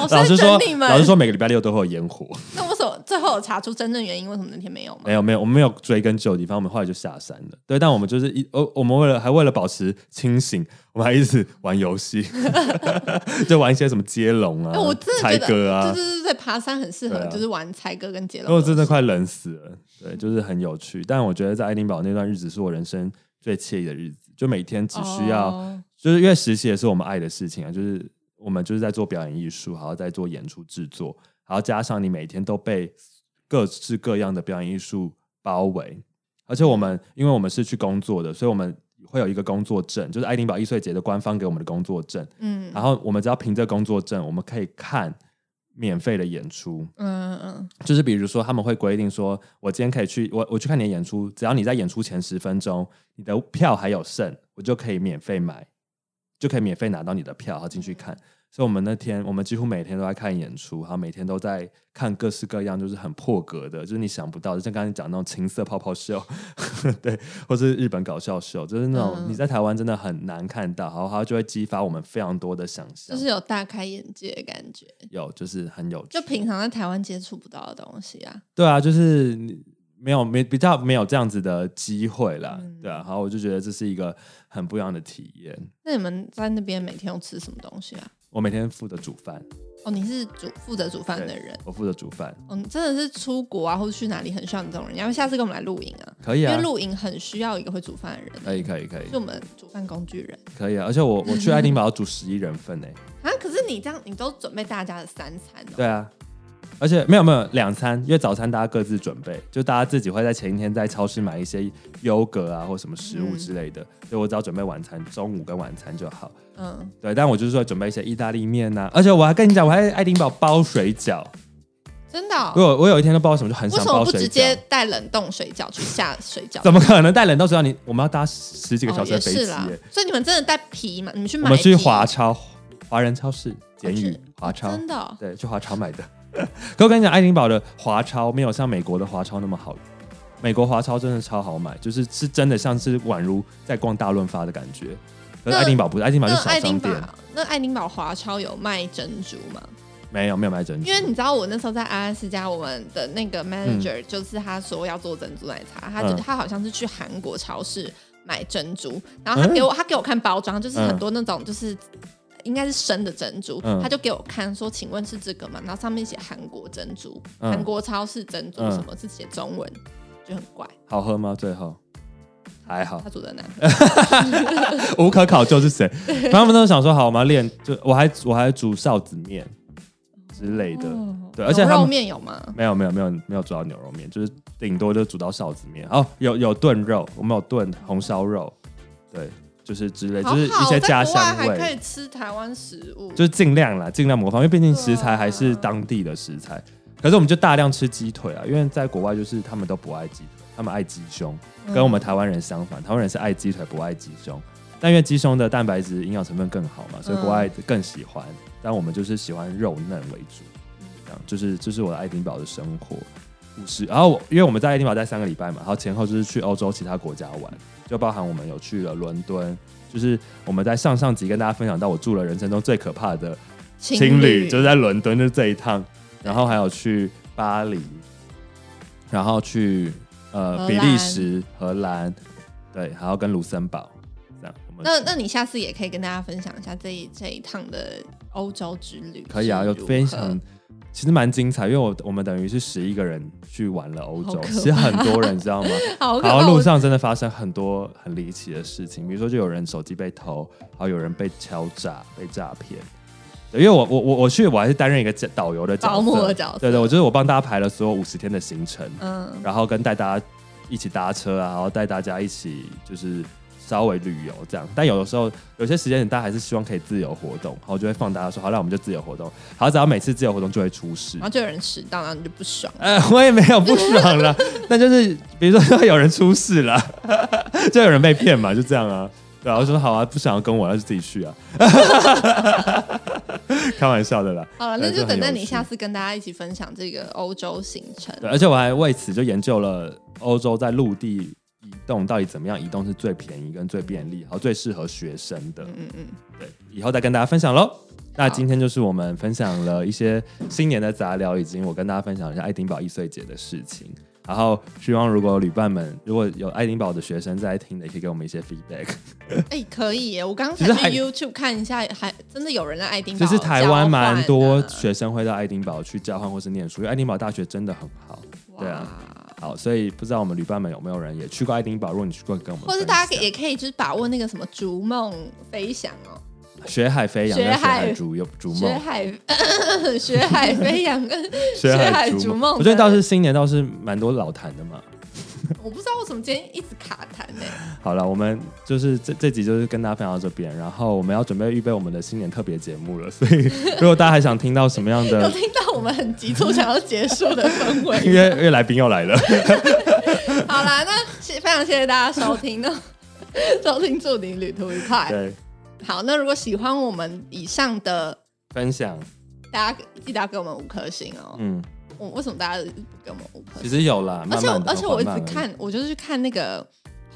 Speaker 1: 老
Speaker 2: (laughs) 老师说
Speaker 1: 你们，
Speaker 2: 老师说每个礼拜六都会有烟火，
Speaker 1: 那为什么最后有查出真正原因？为什么那天没有吗
Speaker 2: 没？有没有，我们没有追根究底，反正我们后来就下山了。对，但我们就是一，哦，我们为了还为了保持清醒，我们还一直玩
Speaker 1: (laughs)
Speaker 2: 游戏， (laughs) 就玩一些什么接龙啊、
Speaker 1: 哎，我真的
Speaker 2: 猜
Speaker 1: 觉
Speaker 2: 歌
Speaker 1: 得，
Speaker 2: 啊
Speaker 1: 对，对对对，爬山很适合
Speaker 2: 对，啊
Speaker 1: 就是玩猜歌跟接龙。
Speaker 2: 因为我真的快冷死了。对，就是很有趣。但我觉得在爱丁堡那段日子是我人生最惬意的日子，就每天只需要，
Speaker 1: 哦
Speaker 2: 就是因为实习也是我们爱的事情啊，就是我们就是在做表演艺术，还要在做演出制作，然后加上你每天都被各式各样的表演艺术包围，而且我们因为我们是去工作的，所以我们会有一个工作证，就是爱丁堡艺术节的官方给我们的工作证，
Speaker 1: 嗯
Speaker 2: 然后我们只要凭着工作证，我们可以看免费的演出，
Speaker 1: 嗯嗯
Speaker 2: 就是比如说，他们会规定说，我今天可以去，我我去看你的演出，只要你在演出前十分钟，你的票还有剩，我就可以免费买，就可以免费拿到你的票，然后进去看。所以我们那天，我们几乎每天都在看演出，然后每天都在看各式各样，就是很破格的，就是你想不到的，就像刚才讲那种情色泡泡秀， (laughs) 对，或是日本搞笑秀，就是那种
Speaker 1: 嗯
Speaker 2: 你在台湾真的很难看到，然后它就会激发我们非常多的想象，
Speaker 1: 就是有大开眼界的感觉，
Speaker 2: 有就是很有趣，
Speaker 1: 就平常在台湾接触不到的东西啊。
Speaker 2: 对啊，就是你没有没比较没有这样子的机会啦，
Speaker 1: 嗯
Speaker 2: 对啊，好，我就觉得这是一个很不一样的体验。
Speaker 1: 那你们在那边每天都吃什么东西啊？
Speaker 2: 我每天负责煮饭，
Speaker 1: 哦，你是煮负责煮饭的
Speaker 2: 对
Speaker 1: 人，
Speaker 2: 我负责煮饭，
Speaker 1: 嗯、你真的是出国啊，或者去哪里很需要你这种人。要不下次跟我们来露营啊，
Speaker 2: 可以
Speaker 1: 因
Speaker 2: 啊哎
Speaker 1: 为，露营很需要一个会煮饭的人，
Speaker 2: 可以，可以，可以，
Speaker 1: 是我们煮饭工具人
Speaker 2: 可以啊。而且我我去爱丁堡要煮十一人份呢、
Speaker 1: 啊。可是你这样，你都准备大家的三餐哦。
Speaker 2: 对啊。而且没有没有两餐，因为早餐大家各自准备，就大家自己会在前一天在超市买一些优格啊或什么食物之类的，所以我只要准备晚餐，中午跟晚餐就好。
Speaker 1: 嗯，
Speaker 2: 对，但我就是说准备一些意大利面呐、而且我还跟你讲，我还在爱丁堡包水饺，
Speaker 1: 真的哦、
Speaker 2: 我有我有一天都不知道为什么就很
Speaker 1: 为
Speaker 2: 想
Speaker 1: 什么
Speaker 2: 包
Speaker 1: 不
Speaker 2: 水
Speaker 1: 直接
Speaker 2: 饺，
Speaker 1: 带冷冻水饺去下水饺？
Speaker 2: 怎么可能带冷冻水饺？你我们要搭十几个
Speaker 1: 哦
Speaker 2: 小时的
Speaker 1: 也
Speaker 2: 飞机
Speaker 1: 是啦
Speaker 2: 耶、，
Speaker 1: 所以你们真的带皮嘛？你们去买
Speaker 2: 我们去
Speaker 1: 皮
Speaker 2: 华超华人超市简
Speaker 1: 去
Speaker 2: 语华超，
Speaker 1: 真的哦、
Speaker 2: 对，去华超买的。可我跟你讲，爱丁堡的华超没有像美国的华超那么好，美国华超真的超好买，就是是真的像是宛如在逛大润发的感觉。可
Speaker 1: 那
Speaker 2: 是爱丁堡不是，爱丁堡是
Speaker 1: 那
Speaker 2: 小
Speaker 1: 爱
Speaker 2: 商
Speaker 1: 丁堡
Speaker 2: 店，，
Speaker 1: 那爱丁堡华超有卖珍珠吗？
Speaker 2: 没有没有买整
Speaker 1: 因为你知道，我那时候在阿拉斯加，我们的那个 manager 就是他说要做珍珠奶茶，他就
Speaker 2: 嗯
Speaker 1: 他好像是去韩国超市买珍珠，然后他给我他给我看包装，就是很多那种就是。应该是生的珍珠，
Speaker 2: 嗯
Speaker 1: 他就给我看说：“请问是这个吗？”然后上面写韩国珍珠，
Speaker 2: 嗯
Speaker 1: 韩国超市珍珠
Speaker 2: 嗯
Speaker 1: 什么是写中文，就很怪。
Speaker 2: 好喝吗？最后还好
Speaker 1: 他。煮的难喝，
Speaker 2: (laughs) 无可考究是谁。然后他们都想说，好，我们要练，就我还我还煮臊子面之类的。
Speaker 1: 哦
Speaker 2: 对而且
Speaker 1: 牛
Speaker 2: 他们
Speaker 1: 肉面有吗？
Speaker 2: 没有没有没有没有煮到牛肉面，就是顶多就煮到臊子面。哦，有有炖肉，我们有炖红烧肉，对，就是之类，
Speaker 1: 好
Speaker 2: 就是一
Speaker 1: 好
Speaker 2: 些家
Speaker 1: 在国外
Speaker 2: 乡
Speaker 1: 还可以
Speaker 2: 味，
Speaker 1: 吃台湾食物，
Speaker 2: 就是尽量啦，尽量模仿，因为毕竟食材还是
Speaker 1: 对啊
Speaker 2: 当地的食材。
Speaker 1: 嗯
Speaker 2: 可是我们就大量吃鸡腿啊，因为在国外就是他们都不爱鸡腿，他们爱鸡胸。跟
Speaker 1: 嗯
Speaker 2: 我们台湾人相反，台湾人是爱鸡腿不爱鸡胸，但因为鸡胸的蛋白质营养成分更好嘛，所以国外更喜欢。但我们就是喜欢肉嫩为主，这样就是这、是我的爱丁堡的生活。故事。然后我因为我们在爱丁堡待三个礼拜嘛，然后前后就是去欧洲其他国家玩，就包含我们有去了伦敦，就是我们在上上集跟大家分享到我住了人生中最可怕的情侣，就是在伦敦就是这一趟，然后还有去巴黎，然后去呃
Speaker 1: 荷
Speaker 2: 比
Speaker 1: 兰
Speaker 2: 利时、荷兰，对，还有跟卢森堡这样。我们
Speaker 1: 那那你下次也可以跟大家分享一下这一这一趟的欧洲之旅，
Speaker 2: 可以啊，有非常，其实蛮精彩，因为我我们等于是十一个人去玩了欧
Speaker 1: 好，
Speaker 2: 洲
Speaker 1: 可怕
Speaker 2: 其实很多人，你知道吗？
Speaker 1: (laughs) (laughs) 好可
Speaker 2: 然
Speaker 1: 怕
Speaker 2: 后路
Speaker 1: 我
Speaker 2: 上真的发生很多很离奇的事情，比如说就有人手机被偷，然后有人被敲诈、被诈骗。对因为我我我我去我还是担任一个导游的角色，
Speaker 1: 保姆的角色
Speaker 2: 对对，我就是我帮大家排了所有五十天的行程，
Speaker 1: 嗯，
Speaker 2: 然后跟带大家一起搭车啊，然后带大家一起就是稍微旅游这样。但有的时候有些时间点，大家还是希望可以自由活动，然后我就会放大家说，好，那我们就自由活动。好，只要每次自由活动就会出事
Speaker 1: 然。
Speaker 2: (laughs)
Speaker 1: 后就有人迟到，然后你就不爽，
Speaker 2: 呃，我也没有不爽
Speaker 1: (laughs)
Speaker 2: 了，但就是比如说有人出事了， (laughs) 就有人被骗嘛，就这样啊。对啊，我就说好啊，不想要跟我，那就自己去啊。 (laughs) 开玩笑的啦。
Speaker 1: 好了，
Speaker 2: 对
Speaker 1: 那就等
Speaker 2: 这
Speaker 1: 待
Speaker 2: 很有
Speaker 1: 你
Speaker 2: 趣
Speaker 1: 下次跟大家一起分享这个欧洲行程。
Speaker 2: 对，而且我还为此就研究了欧洲在陆地移动到底怎么样移动是最便宜跟最便利，然后最适合学生的。
Speaker 1: 嗯嗯，
Speaker 2: 对，以后再跟大家分享喽。那
Speaker 1: 好
Speaker 2: 今天就是我们分享了一些新年的杂聊，以及我跟大家分享一下爱丁堡易碎节的事情。然后希望如果旅伴们如果有爱丁堡的学生在听的，也可以给我们一些 feedback。
Speaker 1: 哎、可以耶！我刚
Speaker 2: 其
Speaker 1: 才
Speaker 2: 实
Speaker 1: 去
Speaker 2: 还
Speaker 1: YouTube 看一下，还真的有人在爱丁堡交换
Speaker 2: 其实
Speaker 1: 的，
Speaker 2: 台湾蛮多学生会到爱丁堡去交换或是念书，因为爱丁堡大学真的很好。
Speaker 1: 哇
Speaker 2: 对啊，好，所以不知道我们旅伴们有没有人也去过爱丁堡？如果你去过，跟我们
Speaker 1: 或者
Speaker 2: 分
Speaker 1: 大家可
Speaker 2: 享
Speaker 1: 以也可以就是把握那个什么逐梦飞翔哦，
Speaker 2: 学海飞扬，
Speaker 1: 学
Speaker 2: 跟学海
Speaker 1: 海
Speaker 2: 逐有逐
Speaker 1: 学
Speaker 2: 梦，
Speaker 1: 海学海 (laughs) 飞扬跟 (laughs)
Speaker 2: 学
Speaker 1: 学海逐梦
Speaker 2: 我觉得
Speaker 1: 的
Speaker 2: 倒是新年倒是蛮多老谈的嘛。
Speaker 1: 我不知道为什么今天一直卡痰呢、
Speaker 2: 好了，我们就是这这集就是跟大家分享到这边，然后我们要准备预备我们的新年特别节目了，所以如果大家还想听到什么样
Speaker 1: 有
Speaker 2: 的，
Speaker 1: 听到我们很急促想要结束的氛
Speaker 2: 因
Speaker 1: 围。
Speaker 2: (laughs) 为因为来宾又
Speaker 1: (laughs)
Speaker 2: 来了，
Speaker 1: 好啦，那谢非常谢谢大家收听呢， (laughs) 收听祝你旅途愉快。
Speaker 2: 对，
Speaker 1: 好，那如果喜欢我们以上的，
Speaker 2: 分享，
Speaker 1: 哦大家记得要给我们五颗星哦、
Speaker 2: 嗯，
Speaker 1: 我为什么大家不给我们五颗
Speaker 2: 其
Speaker 1: 星？
Speaker 2: 实有啦，
Speaker 1: 而
Speaker 2: 慢
Speaker 1: 且我
Speaker 2: 慢的，
Speaker 1: 而且我一
Speaker 2: 缓
Speaker 1: 直
Speaker 2: 慢地，嗯
Speaker 1: 看，我就是去看那个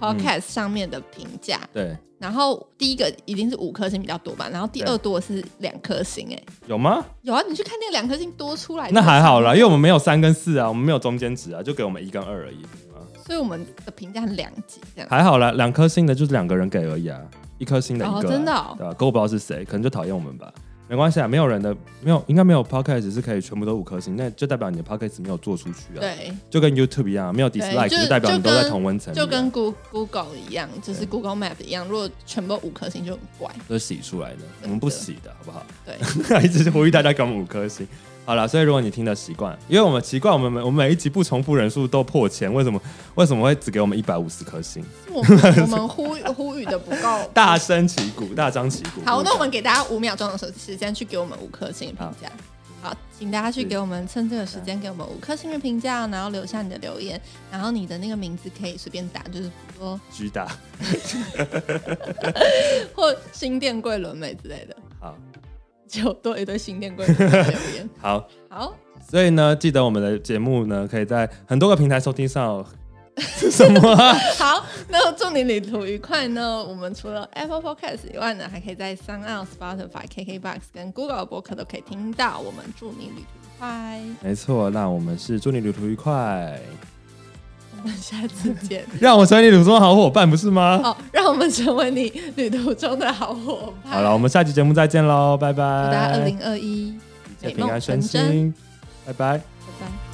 Speaker 1: podcast 上面的评价，
Speaker 2: 对，
Speaker 1: 然后第一个一定是五颗星比较多吧，然后第
Speaker 2: 对
Speaker 1: 二多的是两颗星、哎，
Speaker 2: 有吗？
Speaker 1: 有啊，你去看那个两颗星多出来，
Speaker 2: 那还好啦，因为我们没有三跟四啊，我们没有中间值啊，就给我们一跟二而已，啊
Speaker 1: 所以我们的评价很两极这样。
Speaker 2: 还好啦，两颗星的就是两个人给而已啊，一颗星的一个啊、
Speaker 1: 哦真的哦
Speaker 2: 对啊？可我不知道是谁，可能就讨厌我们吧。没关系啊，没有人的没有，应该没有 podcast 是可以全部都五颗星，那就代表你的 podcast 没有做出去啊。，
Speaker 1: 对，
Speaker 2: 就跟 YouTube 一样，没有
Speaker 1: 对
Speaker 2: dislike
Speaker 1: 就
Speaker 2: 就代表你都在
Speaker 1: 就跟
Speaker 2: 同温层里啊、
Speaker 1: 就跟 Google Google 一样，就是 Google Map 一样，如果全部五颗星就很
Speaker 2: (laughs)
Speaker 1: 怪。
Speaker 2: 都是洗出来的，我们不洗的好不 (laughs) 好？
Speaker 1: 对，
Speaker 2: 一直呼吁大家给我们五颗星。好了，所以如果你听的习惯，因为我们习惯我们每我们每一集不重复人数都破千，为什么为什么会只给我们一百五十颗星？
Speaker 1: 我我们呼呼吁的不
Speaker 2: (laughs)
Speaker 1: 够。
Speaker 2: 大声旗鼓，大张旗鼓。
Speaker 1: 好，那我们给大家五秒钟的时时间去给我们五颗星的评价。好，请大家去给我们趁这个时间给我们五颗星的评价，然后留下你的留言，然后你的那个名字可以随便打，就是比如说
Speaker 2: 巨大。
Speaker 1: 或新店桂纶镁之类的，
Speaker 2: 好
Speaker 1: 就多一堆新店桂纶镁的留
Speaker 2: (laughs)
Speaker 1: 言。
Speaker 2: 好，
Speaker 1: 好，
Speaker 2: 所以呢，记得我们的节目呢，可以在很多个平台收听上 (laughs) 哦。是什么啊、
Speaker 1: (laughs) 好，那祝你旅途愉快呢。我们除了 Apple Podcast 以外呢，还可以在 s o u n d Spotify、KKBox 跟 Google 的播客都可以听到。我们祝你旅途愉快，
Speaker 2: 没错，那我们是祝你旅途愉快，
Speaker 1: 我们下次
Speaker 2: (laughs)
Speaker 1: 见。
Speaker 2: 让我成为你旅途中的好伙伴，不是吗？
Speaker 1: 哦，让我们成为你旅途中的好伙伴。
Speaker 2: 好了，我，们下期节目再见喽，拜拜！
Speaker 1: 大家二零二一哦
Speaker 2: 一切平安顺心，拜拜。
Speaker 1: 拜拜。